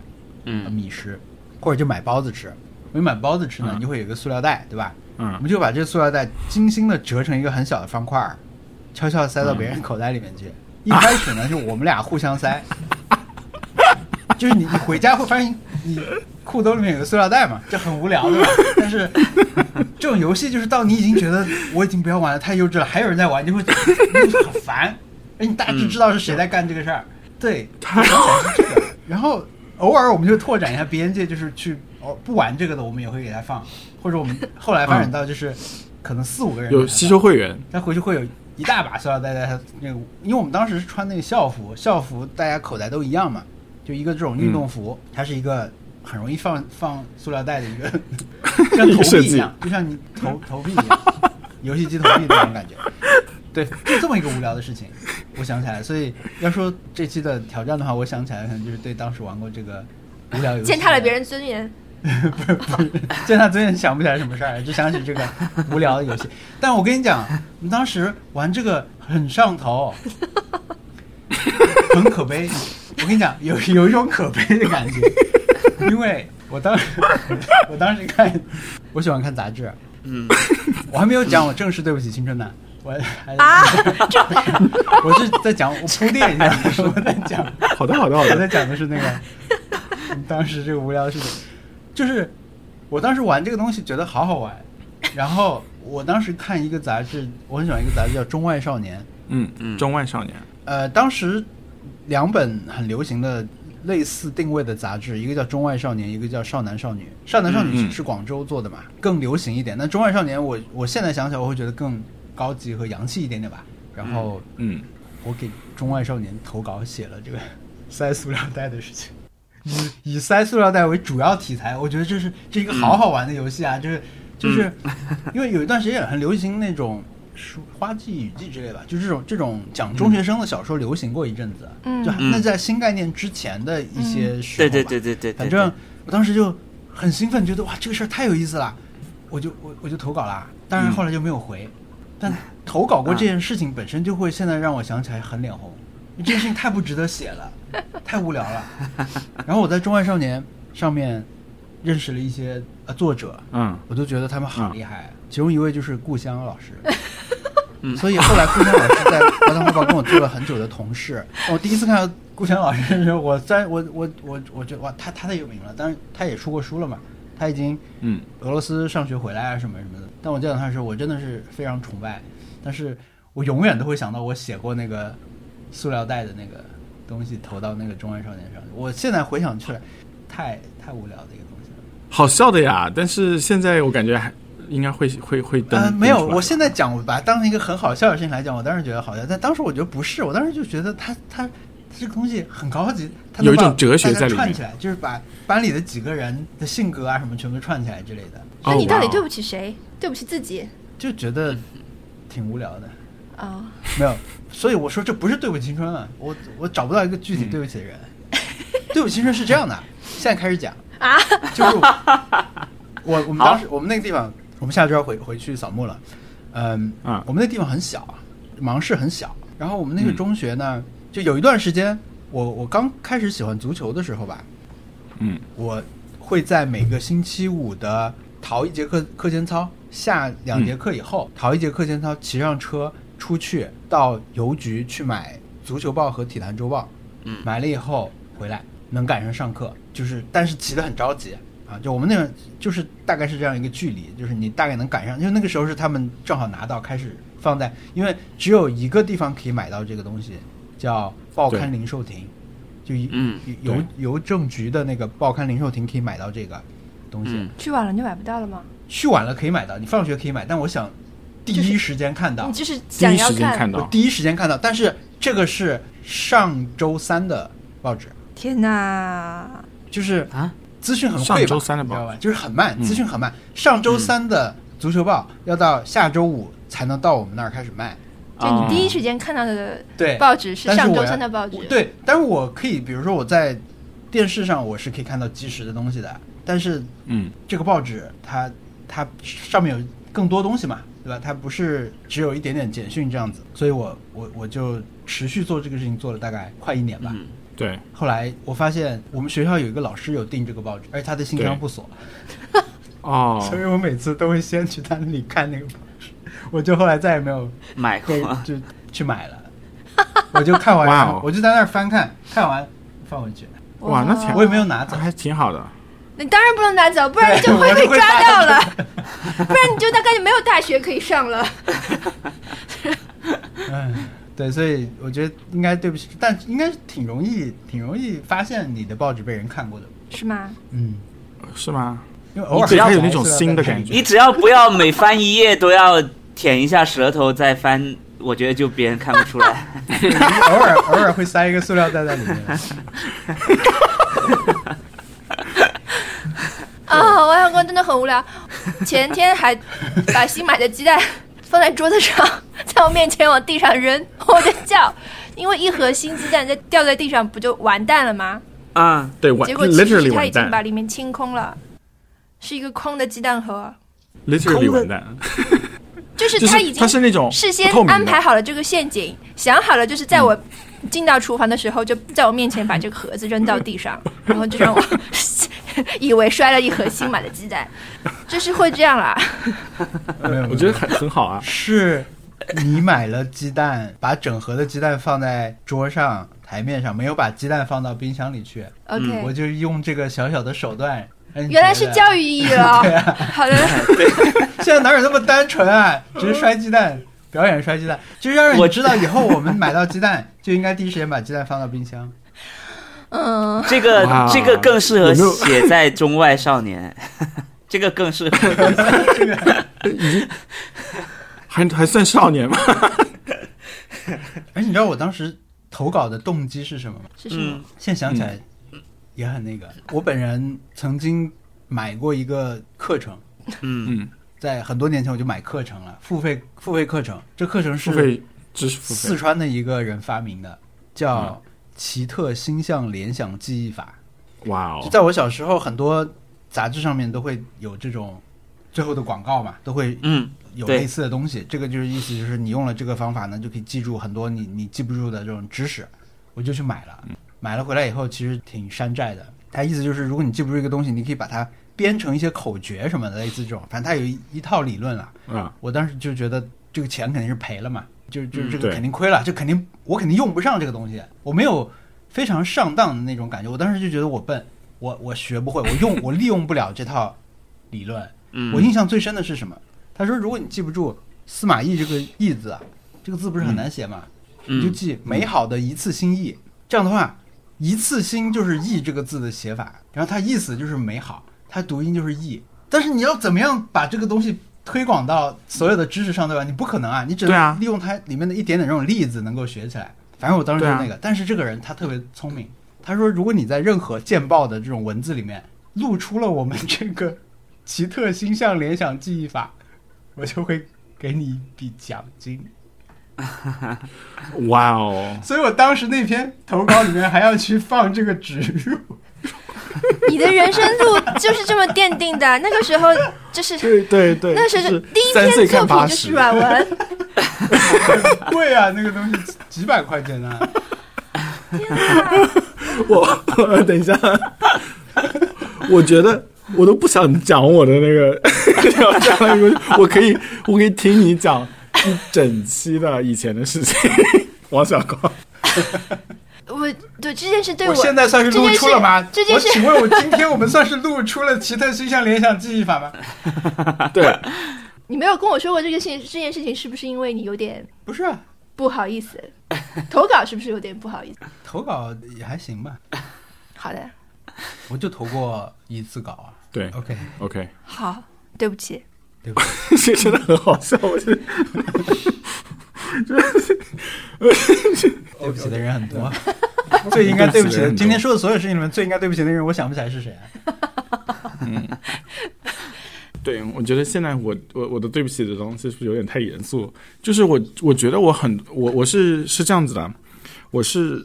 嗯米食，或者就买包子吃。我们买包子吃呢，嗯就会有一个塑料袋，对吧？我嗯，们就把这个塑料袋精心的折成一个很小的方块儿，悄悄地塞到嗯别人口袋里面去。一开始呢，就我们俩互相塞， 就是你你回家会发现你裤兜里面有个塑料袋嘛，这很无聊，对吧？但是这种游戏就是到你已经觉得我已经不要玩了，太幼稚了，还有人在玩，你就会觉得你就很烦。而你大致知道是谁在干这个事儿，嗯对，然后偶尔我们就拓展一下边界，就是去哦不玩这个的，我们也会给他放，或者我们后来发展到就是、可能四五个人嗯有给他吸放收会员，他回去会有一大把塑料袋在他那个，因为我们当时是穿那个校服，校服大家口袋都一样嘛，就一个这种运动服，它是一个很容易放放塑料袋的一个，像投币一样，就像你投投币一样，游戏机投币那种感觉。对，就这么一个无聊的事情，我想起来了。所以要说这期的挑战的话，我想起来可能就是对当时玩过这个无聊游戏的践踏了别人尊严。不是不是， 就他最近想不起来什么事儿，就想起这个无聊的游戏。但我跟你讲，我们当时玩这个很上头，很可悲。我跟你讲，有有一种可悲的感觉，因为我当时我当时看，我喜欢看杂志，嗯，我还没有讲我正式对不起青春呢，我还、啊 我是在讲我铺垫一下，我在讲。好的，好的，好我在的。讲的是那个当时这个无聊的事情，就是我当时玩这个东西觉得好好玩，然后我当时看一个杂志，我很喜欢一个杂志叫《中外少年》，嗯，嗯中外少年，呃，当时两本很流行的类似定位的杂志，一个叫《中外少年》，一个叫《少男少女》。少男少女嗯嗯是是广州做的嘛，更流行一点。那《中外少年》我，我现在想起来，我会觉得更高级和洋气一点点吧。然后嗯，我给《中外少年》投稿写了这个 塞塑料袋的事情，以以塞塑料袋为主要题材，我觉得这是这是一个好好玩的游戏嗯啊！就是就是、 因为有一段时间也很流行那种书《花季雨季》之类吧，就这种这种讲中学生的小说流行过一阵子，啊嗯就嗯那在新概念之前的一些时候对吧，对对对对，对反正我当时就很兴奋，觉得哇，这个事儿太有意思了，我就我我就投稿啦。当嗯然后来就没有回，但投稿啊过这件事情本身就会现在让我想起来很脸红，因为这件事情太不值得写 了，太无聊了。然后我在《中外少年》上面认识了一些呃作者，嗯，我就觉得他们好嗯厉害。其中一位就是故乡老师，所以后来故乡老师在《华堂汇报》跟我做了很久的同事。我第一次看到故乡老师的时候，我虽然我我我我觉得哇，他他太有名了，当然他也出过书了嘛，他已经嗯，俄罗斯上学回来啊什么什么的。但我见到他的时候，我真的是非常崇拜，但是我永远都会想到我写过那个塑料袋的那个东西投到那个中外少年上。我现在回想起来，太太无聊的一个东西了。好笑的呀。但是现在我感觉还应该会会会登呃，。没有，我现在在讲，我把它当成一个很好笑的事情来讲，我当时觉得好笑，但当时我觉得不是，我当时就觉得他他这个东西很高级，它能有一种把哲学大家在里串面起来，就是把班里的几个人的性格啊什么全部串起来之类的，那你到底对不起？起谁？对不起自己就觉得挺无聊的，啊！ 没有，所以我说这不是对不起青春啊，我我找不到一个具体对不起的人，对不起青春是这样的，现在开始讲啊，就是我我我们当时我们那个地方，我们下周要回回去扫墓了，嗯啊我们那地方很小，芒市很小。然后我们那个中学呢，就有一段时间，我我刚开始喜欢足球的时候吧，嗯，我会在每个星期五的逃一节课课间操，下两节课以后，逃一节课间操，骑上车出去到邮局去买足球报和体坛周报，嗯买了以后回来能赶上上课，就是但是骑得很着急。啊，就我们那个就是大概是这样一个距离，就是你大概能赶上，因为那个时候是他们正好拿到开始放在，因为只有一个地方可以买到这个东西，叫报刊对零售亭，就一嗯邮对邮政局的那个报刊零售亭可以买到这个东西。嗯，去晚了你就买不到了吗？去晚了可以买到，你放学可以买，但我想第一时间看到，你就是第想一要时间看我到，第一时间看到，但是这个是上周三的报纸，天哪！就是啊，资讯很匮上周乏，三的报纸你知道吧？就是很慢，嗯资讯很慢。上周三的足球报要到下周五才能到我们那儿开始卖，就你第一哦时间看到的对，报纸是但是上我周要三的报纸我，对，但是我可以，比如说我在电视上我是可以看到即时的东西的，但是嗯，这个报纸它它上面有更多东西嘛，对吧？它不是只有一点点简讯这样子，所以我我我就持续做这个事情，做了大概快一年吧。嗯，对，后来我发现我们学校有一个老师有订这个报纸，而且他的信箱对不锁，哦，所以我每次都会先去他那里看那个报纸，我就后来再也没有哎买过对，就去买了。我就看完，啊哇然哦后我就在那儿翻看，看完放回去，哇，那挺我也没有拿走。还挺好的，你当然不能拿走，不然你就对会我被就会抓发到了， 不然你就大概就没有大学可以上了。嗯， 对，所以我觉得应该对不起，但应该挺容易，挺容易发现你的报纸被人看过的。是吗？嗯，是吗？因为偶尔你只要还是有那种会新的被感觉你只要不要每翻一页都要舔一下舌头再翻，我觉得就别人看不出来。偶尔 偶尔会塞一个塑料袋在里 面。啊、王小光真的很无聊。前天还把新买的鸡蛋 放在桌子上，在我面前往地上扔，我就叫，因为一盒新鸡蛋在掉在地上，不就完蛋了吗？啊，对，完结果其实 literally 他已完经把蛋里面清空了，是一个空的鸡蛋盒， ，literally 空的完蛋，就是就他已是经它是那种事先哦不透明的嗯安排好了这个陷阱，想好了，就是在我进到厨房的时候，就在我面前把这个盒子扔到 地上，然后就让我 以为摔了一盒新买的鸡蛋，就是会这样啦。没有，我觉得很很好啊，是你买了鸡蛋，把整盒的鸡蛋放在桌上台面上，没有把鸡蛋放到冰箱里去。嗯 OK，、我就用这个小小的手段。哎原来是教育，育意义了。 好的， 现在哪有那么单纯啊？只是摔鸡蛋，表演摔鸡蛋，就是让我我知道以后我们买到鸡蛋就应该第一时间把鸡蛋放到冰箱。嗯，这个哇这个更适合有没有写在中外少年，这个更适合。还还算少年吗？而哎且你知道我当时投稿的动机是什么吗？是什么 嗯？现在想起来也很那个。我本人曾经买过一个课程，嗯，嗯，在很多年前我就买课程了，付费付费课程。这课程付是费知识付费四，川的一个人发明的，叫嗯奇特星象联想记忆法。哇就哦，在我小时候，很多杂志上面都会有这种最后的广告嘛，都会嗯，有对类似的东西。这个就是意思就是你用了这个方法呢，就可以记住很多你你记不住的这种知识。我就去买了，买了回来以后其实挺山寨的。它意思就是，如果你记不住一个东西，你可以把它编成一些口诀什么的，类似这种。反正它有一一套理论了。啊，我当时就觉得这个钱肯定是赔了嘛，就就是这嗯个对肯定亏了，这肯定我肯定用不上这个东西，我没有非常上当的那种感觉。我当时就觉得我笨，我我学不会，我 用我利用不了这套理论。嗯我印象最深的是什么？他说，如果你记不住司马懿这个“懿”字啊，这个字不是很嗯难写嘛，你就嗯记美好的一次心意。这样的话，一次心就是“意”这个字的写法，然后它意思就是美好，它读音就是“意”。但是你要怎么样把这个东西推广到所有的知识上，对吧？你不可能啊，你只对啊能利用它里面的一点点这种例子能够学起来。反正我当时就是啊那个，但是这个人他特别聪明，他说如果你在任何见报的这种文字里面露出了我们这个奇特星象联想记忆法，我就会给你一笔奖金。哇哦，所以我当时那篇投稿里面还要去放这个植入， 你的人生路就是这么奠定 的。那个时候就是对对对，那时就候是第一三岁篇看作品八就是十，软文，很贵啊，那个东西几百啊块钱呢、天哪！我等一下，我觉得我都不想讲我的那 个要讲的故事，我可以我可以听你讲一整期的以前的事情。王小光，我对这件事对我现在算是这露件事出了吗？这件事我请问，我今天我们算是露出了奇特星象联想记忆法吗？对，你没有跟我说过这个事，这件事情是不是因为你有点 不是啊，不好意思？投稿是不是有点不好意思？投稿也还行吧，好的，我就投过一次稿啊。对 OK， ，OK，好，对不起，这真的很好笑，我觉得。 对不起的人很多， 最应该对不起的，今天说的所有事情里面最应该对不起的人，我想不起来是谁啊。对，我觉得现在我我我的对不起的东西是不是有点太严肃？就是我我觉得我很我我是是这样子的，我是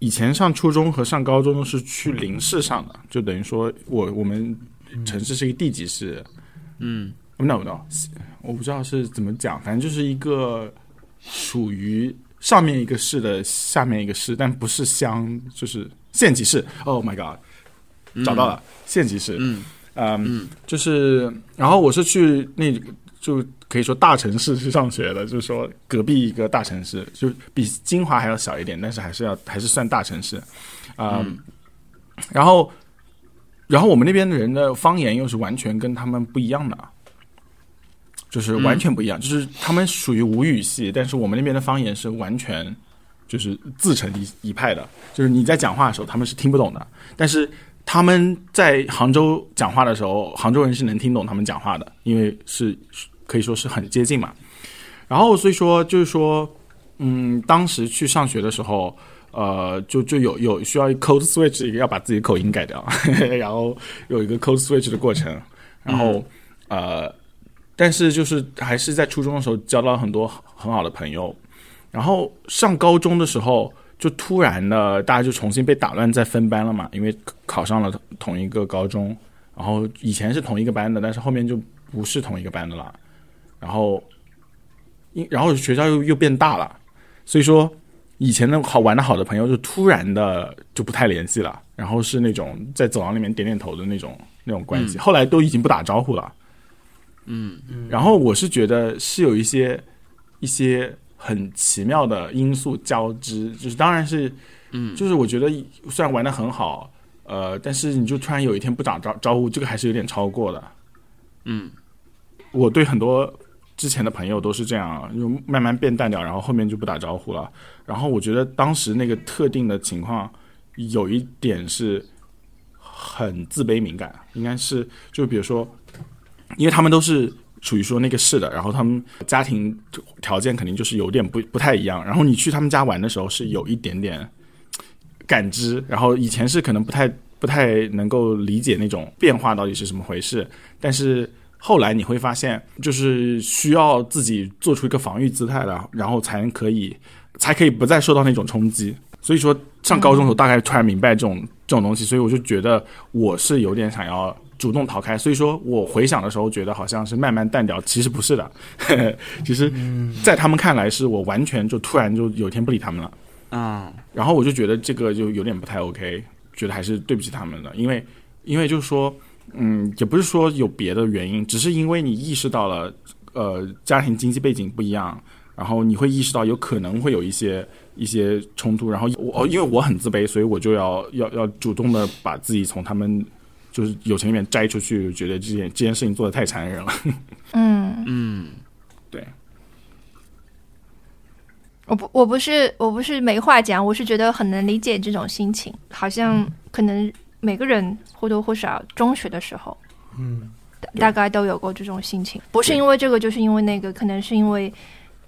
以前上初中和上高中都是去邻市上的，就等于说我我们城市是一个地级市，嗯， no no，我不知道是怎么讲，反正就是一个属于上面一个市的下面一个市，但不是乡，就是县级市。Oh my god，找到了、县级市。嗯嗯，就是，然后我是去那就可以说大城市去上学的，就是说隔壁一个大城市，就比金华还要小一点，但是还是要还是算大城市啊、然后，然后我们那边的人的方言又是完全跟他们不一样的，就是完全不一样，就是他们属于吴语系，但是我们那边的方言是完全就是自成一一派的，就是你在讲话的时候他们是听不懂的，但是他们在杭州讲话的时候，杭州人是能听懂他们讲话的，因为是可以说是很接近嘛。然后所以说就是说，嗯，当时去上学的时候，呃，就就有有需要 code switch，一个要把自己口音改掉， 然后有一个 code switch 的过程，然后、呃，但是就是还是在初中的时候交到很多很好的朋友，然后上高中的时候。就突然的，大家就重新被打乱再分班了嘛，因为考上了同一个高中，然后以前是同一个班的，但是后面就不是同一个班的了，然后，因然后学校又又变大了，所以说以前的好玩的好的朋友就突然的就不太联系了，然后是那种在走廊里面点点头的那种那种关系，后来都已经不打招呼了，嗯，然后我是觉得是有一些一些很奇妙的因素交织，就是当然是，嗯，就是我觉得虽然玩的很好，呃，但是你就突然有一天不打招招呼，这个还是有点超过的。嗯，我对很多之前的朋友都是这样，啊就慢慢变淡掉，然后后面就不打招呼了。然后我觉得当时那个特定的情况有一点是很自卑敏感，应该是就比如说，因为他们都是属于说那个市的，然后他们家庭条件肯定就是有点不不太一样。然后你去他们家玩的时候是有一点点嘖感知，然后以前是可能不太不太能够理解那种变化到底是什么回事，但是后来你会发现，就是需要自己做出一个防御姿态的，然后才可以才可以不再受到那种冲击。所以说，上高中的时候大概突然明白这种这种东西，所以我就觉得我是有点想要主动逃开。所以说我回想的时候，觉得好像是慢慢淡掉，其实不是的。 其实，在他们看来，是我完全就突然就有一天不理他们了。嗯然后我就觉得这个就有点不太 OK，觉得还是对不起他们的，因为因为就是说，嗯，也不是说有别的原因，只是因为你意识到了，呃，家庭经济背景不一样，然后你会意识到有可能会有一些一些冲突，然后我因为我很自卑，所以我就要要要主动的把自己从他们就是友情里面摘出去，觉得这件这件事情做的太残忍了。嗯。嗯，对，我不，我不是，我不是没话讲，我是觉得很能理解这种心情，好像嗯可能每个人或多或少中学的时候，嗯，大对大概都有过这种心情，不是对因为这个，就是因为那个，可能是因为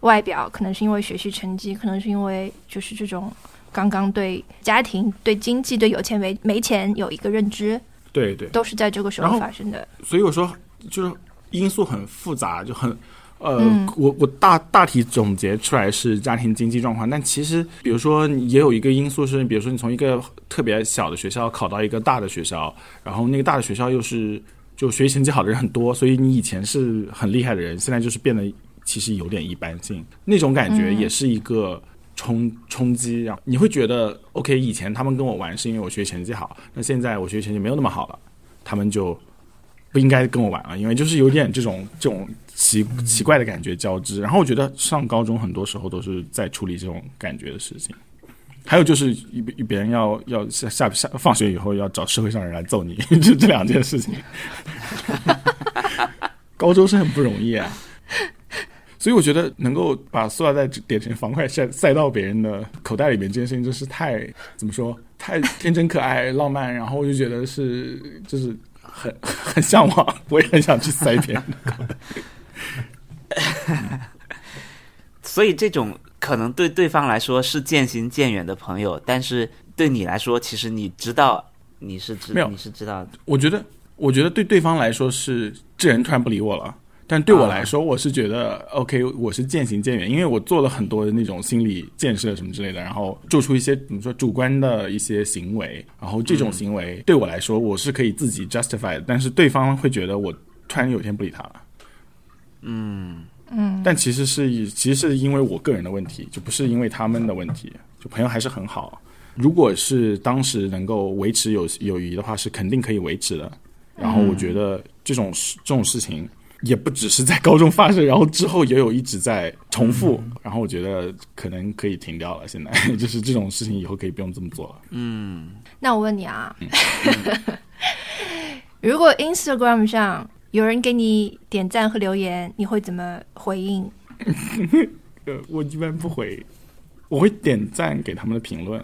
外表，可能是因为学习成绩，可能是因为就是这种刚刚对家庭、对经济、对有钱没没钱有一个认知，对对，都是在这个时然候后发生的。所以我说就是因素很复杂，就很呃，嗯我我大大体总结出来是家庭经济状况，但其实比如说你也有一个因素是，比如说你从一个特别小的学校考到一个大的学校，然后那个大的学校又是就学习成绩好的人很多，所以你以前是很厉害的人，现在就是变得其实有点一般性，那种感觉也是一个。冲冲击，然后你会觉得 OK，以前他们跟我玩是因为我学习成绩好，那现在我学习成绩没有那么好了，他们就不应该跟我玩了，因为就是有点这种这种奇奇怪的感觉交织。然后我觉得上高中很多时候都是在处理这种感觉的事情。还有就是一别别人要要下下下放学以后要找社会上人来揍你， 就这两件事情。高中是很不容易啊，所以我觉得能够把塑料袋点成方块塞塞到别人的口袋里面，这件事情真是太怎么说，太天真可爱、浪漫。然后我就觉得是就是很很向往，我也很想去 塞别人的口袋。所以这种可能对对方来说是渐行渐远的朋友，但是对你来说，其实你知道你是知没有你是知道我觉得，我觉得对对方来说是这人突然不理我了，但对我来说，我是觉得、OK，我是渐行渐远，因为我做了很多的那种心理建设什么之类的，然后做出一些怎么说主观的一些行为，然后这种行为对我来说我是可以自己 justify 的，但是对方会觉得我突然有一天不理他了。嗯嗯，但其实是以其实是因为我个人的问题，就不是因为他们的问题，就朋友还是很好。如果是当时能够维持友友谊的话，是肯定可以维持的。然后我觉得这种事这种事情也不只是在高中发生，然后之后也有一直在重复。然后我觉得可能可以停掉了，现在就是这种事情以后可以不用这么做了。那我问你啊，嗯 如果 Instagram 上有人给你点赞和留言，你会怎么回应？呃，我一般不回，我会点赞给他们的评论。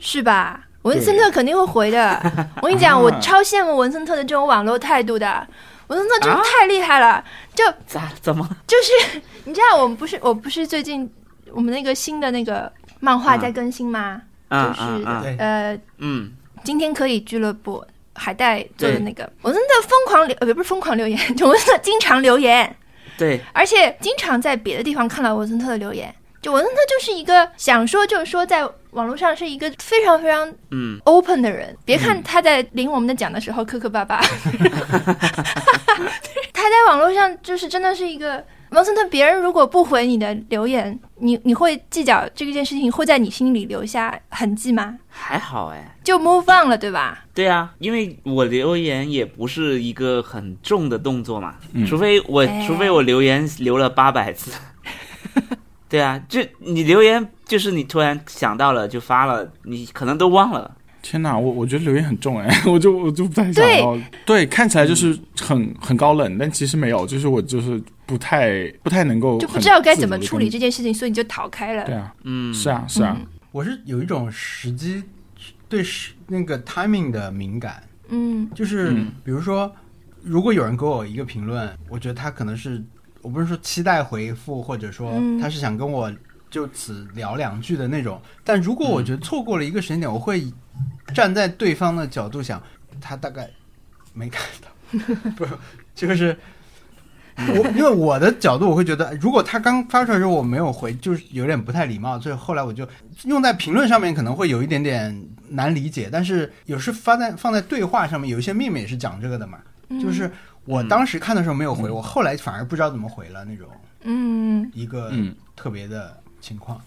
是吧？文森特肯定会回的。我跟你啊讲，我超羡慕文森特的这种网络态度的。文森特啊真的太厉害了，就咋怎么就是 你知道，我们不是我不是最近我们那个新的那个漫画在更新吗？啊就是啊啊对呃，嗯今天可以俱乐部海带做的那个，文森特疯狂留，呃，不是疯狂留言， 就文森特经常留言。对而且经常在别的地方看到文森特的留言。就文森特就是一个想说就是说，在网络上是一个非常非常嗯 open 的人。别看他在领我们的奖的时候磕磕巴 巴，他在网络上就是真的是一个文森特。别人如果不回你的留言，你你会计较这件事情会在你心里留下痕迹吗？还好哎。就 move on 了，对吧？对啊，因为我留言也不是一个很重的动作嘛，嗯除非我、哎除非我留言留了八百 字。对啊，就你留言，就是你突然想到了就发了，你可能都忘了。天哪，我我觉得留言很重哎， 我就我就不太想要。对，看起来就是很很高冷，但其实没有，就是我就是不太不太能够就不很知道该自怎么如地处理跟这件事情，所以你就逃开了。对啊，嗯，是啊是啊，我是有一种时机对时那个 timing 的敏感，嗯就是嗯比如说，如果有人给我一个评论，我觉得他可能是我不是说期待回复，或者说嗯他是想跟我就此聊两句的那种。但如果我觉得错过了一个时间点，我会站在对方的角度想，他大概没看到，不是就是。我因为我的角度，我会觉得，如果他刚发出来的时候我没有回，就是有点不太礼貌，所以后来我就用在评论上面可能会有一点点难理解，但是有时发在放在对话上面，有一些妹妹也是讲这个的嘛，就是我当时看的时候没有回，我后来反而不知道怎么回了那种嗯一个嗯特别的情况，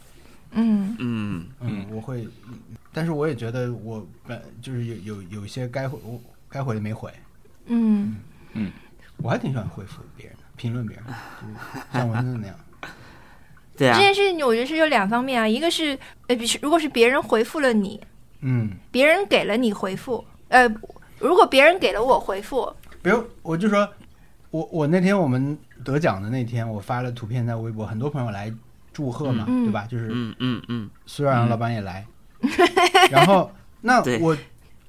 嗯，嗯，嗯，我会，嗯但是我也觉得我本就是有有有一些该回我该回的没回，嗯，我还挺喜欢回复别人的评论别人的，就是像文字那样，对啊这，件事情我觉得是有两方面啊，一个是呃，比如果是别人回复了你，嗯。别人给了你回复，呃，如果别人给了我回复，比如，我就说，我我那天我们得奖的那天，我发了图片在微博，很多朋友来祝贺嘛，嗯对吧？就是嗯嗯嗯，苏耀阳老板也来，然后那对我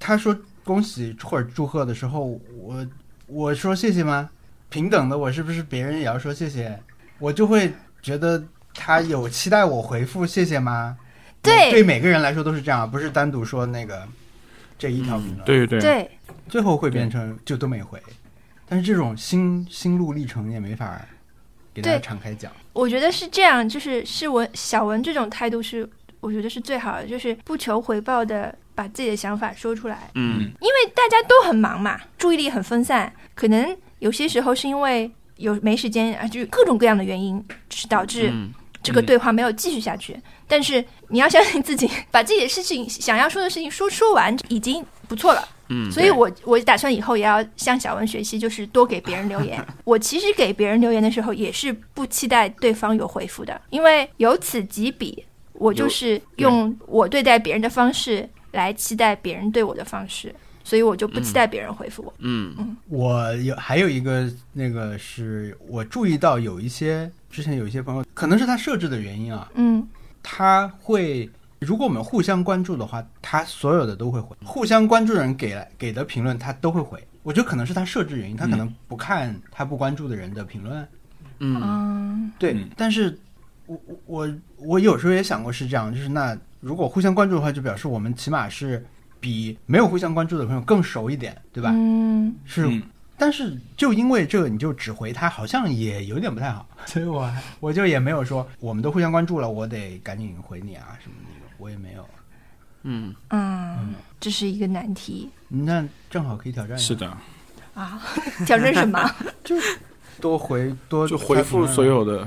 他说恭喜或者祝贺的时候，我我说谢谢吗？平等的，我是不是别人也要说谢谢？我就会觉得他有期待我回复谢谢吗？对对每个人来说都是这样，不是单独说那个这一条评论。嗯对对，对，最后会变成就都没回。但是这种心心路历程也没法给大家对敞开讲。我觉得是这样，就是是文小文这种态度是，我觉得是最好的，就是不求回报的把自己的想法说出来，嗯因为大家都很忙嘛，注意力很分散，可能有些时候是因为有没时间啊，就是各种各样的原因，就是导致嗯这个对话没有继续下去。但是你要相信自己， 把自己的事情想要说的事情说说完，已经不错了。嗯，所以我我打算以后也要向小文学习，就是多给别人留 言。我其实给别人留言的时候，也是不期待对方有回复的，因为由此及彼，我就是用我对待别人的方式来期待别人对我的方式，所以我就不期待别人回复我。嗯我有还有一个那个是我注意到有一些之前有一些朋友，可能是他设置的原因啊，嗯他会如果我们互相关注的话，他所有的都会回，互相关注的人给了给的评论他都会回。我觉得可能是他设置原因，他可能不看他不关注的人的评论。嗯嗯对，嗯但是我我我我有时候也想过是这样，就是那如果互相关注的话，就表示我们起码是比没有互相关注的朋友更熟一点，对吧？嗯，是，嗯但是就因为这个你就只回他，好像也有点不太好， 所以我还我就也没有说我们都互相关注了，我得赶紧回你啊什么那种，我也没有。嗯，嗯，这是一个难题那正好可以挑战一下，是，的，啊！挑战 什么？多回多就回复所。有的，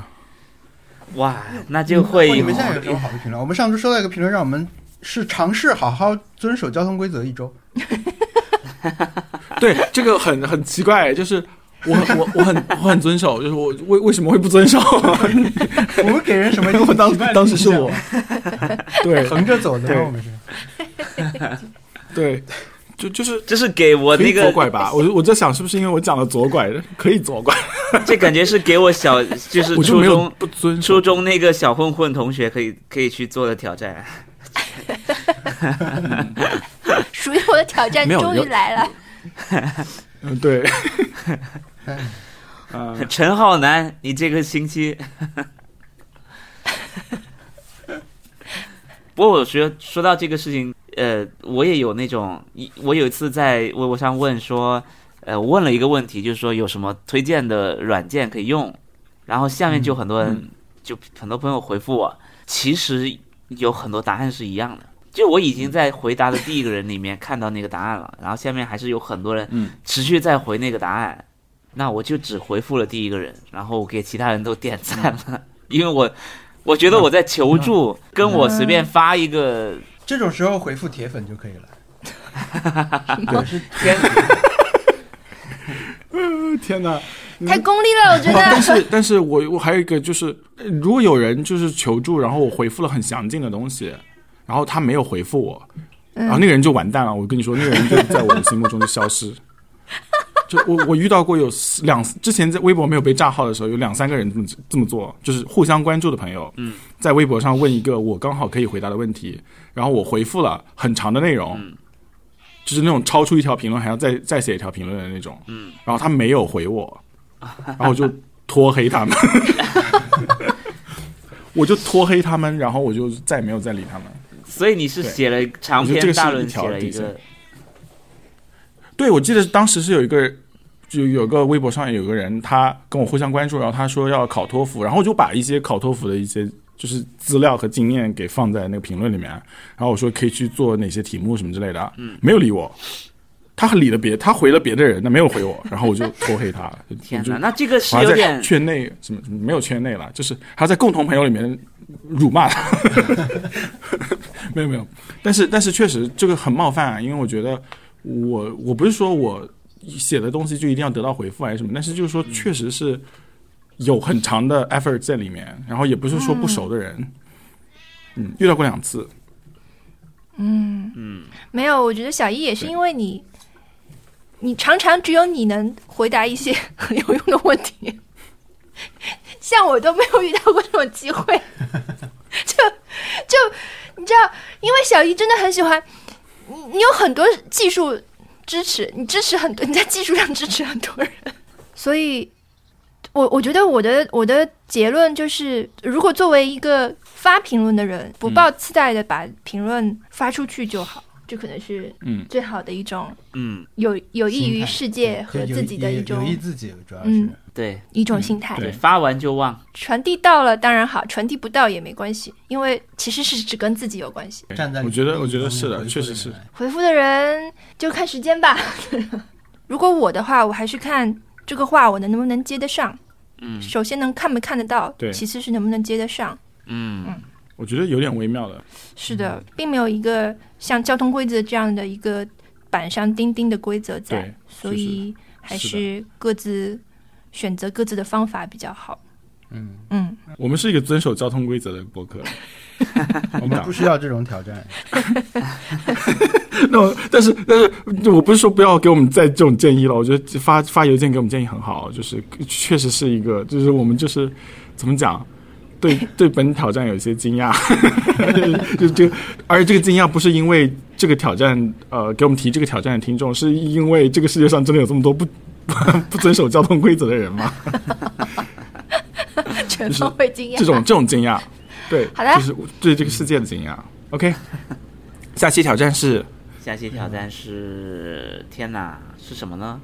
哇，那就会嗯你有们现在有什么好的评论？我们上周收到一个评论，让我们是尝试好好遵守交通规则一周。对这个很很奇怪，就是我我我很我很遵守，就是我为为什么会不遵守？我们给人什么我当奇怪的当时是印象我，对横着走的对吗？我们是对，就就是。这是给我可那以个左拐吧，我就我在想是不是因为我讲了左拐，可以左拐，这感觉是给我小，就是我就初没有中不遵守初。中那个小混混同学可以可以去做的挑战。属于我的挑战没有终于有来了。嗯，对，哎啊，陈浩南，你这个星期， 不过我觉得说到这个事情，呃，我也有那种，一我有一次在微博上问说，呃，我问了一个问题，就是说有什么推荐的软件可以用，然后下面就很多人，就很多朋友回复我，其实有很多答案是一样的。就我已经在回答的第一个人里面看到那个答案了，然后下面还是有很多人嗯持续在回那个答案，那我就只回复了第一个人，然后我给其他人都点赞了， 因为我我觉得我在求助，跟我随便发一个这种时候回复铁粉就可以了。对，是跟天哪！太功利了，我觉但 得。是，但是我我还有一个就是，呃如果有人就是求助，然后我回复了很详尽的东西，然后他没有回复我，然后那个人就完蛋了。我跟你说，那个人就在我的心目中就消失。 就我我遇到过有四两，之前在微博没有被炸号的时候，有两三个人这么这么做，就是互相关注的朋友，嗯，在微博上问一个我刚好可以回答的问题，然后我回复了很长的内容，就是那种超出一条评论还要再再写一条评论的那种，嗯，然后他没有回我， 然后我就拖黑他们， 我就拖黑他们，然后我就再也没有再理他们。所以你是写了长我觉篇得这个是大论，一条写了一底线个，对，我记得当时是有一个，就有个微博上有个人，他跟我互相关注，然后他说要考托福，然后我就把一些考托福的一些就是资料和经验给放在那个评论里面，然后我说可以去做哪些题目什么之类的，嗯，没有理我。他理了别，他回了别的人，那没有回我，然后我就拖黑他了。就天就哪，那这个是还有在点圈内什么什么没有圈内了，就是还在共同朋友里面辱骂他。 没有没有，但是但是确实这个很冒犯啊，因为我觉得我我不是说我写的东西就一定要得到回复还是什么，但是就是嗯说确实是有很长的 effort 在里面，然后也不是说不熟的人，嗯遇到过两次，没有，我觉得小一也是因为你，你常常只有你能回答一些 很有用的问题，像我都没有遇到过这种机会， 就就你知道，因为小一真的很喜欢你，你有很多技术支持，你支持很多，你在技术上支持很多人，所以。我我觉得我的我的结论就是，如果作为一个发评论的人，不抱期待的把评论发出去就好，这可能是嗯最好的一种嗯，有有益心于态世界对和有自己的有一种有益自己，主要是嗯对一种心态。对对，发完就忘，传递到了当然好，传递不到也没关系，因为其实是只跟自己有关系。站在我觉得我觉得是的，回复确实是人来回复的人就看时间吧。 如果我的话，我还是看这个话我能能不能接得上。嗯首先能看没看得到，对其次是能不能接得上。嗯，我觉得有点微妙的。是的，并没有一个像交通规则这样的一个板上钉钉的规则在对，所是是以还是是各自选择各自的方法比较好。嗯，嗯， 我们是一个遵守交通规则的博客，我们不需要这种挑战。 那我但是但是我不是说不要给我们再这种建议了，我觉得发发邮件给我们建议很好，就是确实是一个，就是我们就是怎么讲，对 对本挑战有一些惊讶，就这个，而且这个惊讶不是因为这个挑战呃给我们提这个挑战的听众，是因为这个世界上真的有这么多不 不遵守交通规则的人 吗？全方位经验这种这种惊讶，对，好的就是对这个世界的惊讶。OK，下期挑战是下期挑战是天哪，是什么呢？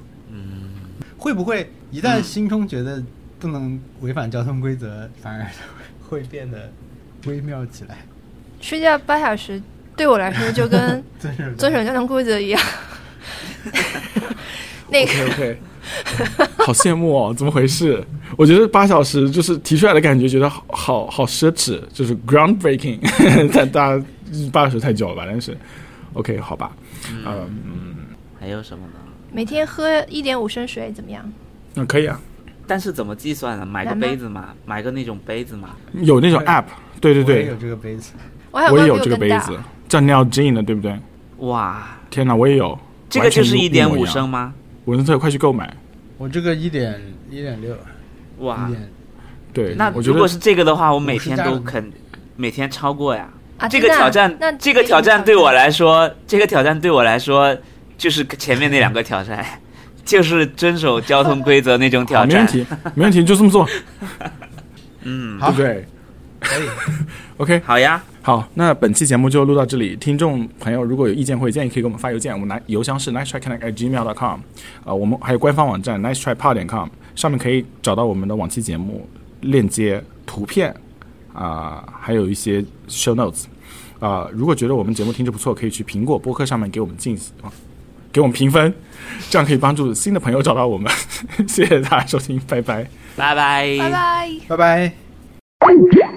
会不会一旦心中觉得不能违反交通规则，反而会变得微妙起来？睡觉八小时对我来说就 跟遵守遵守交通规则一样。那个 OK OK，好羡慕哦，怎么回事？我觉得八小时就是提出来的感觉，觉得好好好奢侈，就是 groundbreaking，但 大家嗯八小时太久了吧？但是 OK 好吧，嗯，还有什么呢？每天喝一点五升水怎么样？那、可以啊，但是怎么计算呢？买个难吗杯子嘛，买个那种杯子嘛。有那种 app，对对我也对有，这个杯子，我还有我也罐有比我这个更杯大子，叫 Nalgene 的，对不对？哇，天哪，我也有，这个就是完全一点模五样升，吗？文特快去购买。我这个一点一点六，一哇，点对，那我觉如得果是这个的话，我每50天加都仑肯每天超过呀。啊！这个真的啊挑战那，这个没什挑么战对挑我来说，这个挑战对我来说就是前面那两个挑战， 就是遵守交通规则那种挑好，没战。问题，没问题，就这么做， 嗯，对好不对可以。 ？OK，好呀，好，那本期节目就录到这里。听众朋友如果有意见或者建议，可以给我们发邮件，我们来邮箱是 nice try connect at gmail dot com，呃，我们还有官方网站 nice try pod 点 com，上面可以找到我们的往期节目链接、图片啊、还有一些 show notes 啊、如果觉得我们节目听着不错，可以去苹果播客上面给我们进行。给我们评分，这样可以帮助新的朋友找到我 们。谢谢大家收听，拜拜。拜拜，拜拜。拜拜。 Thank you.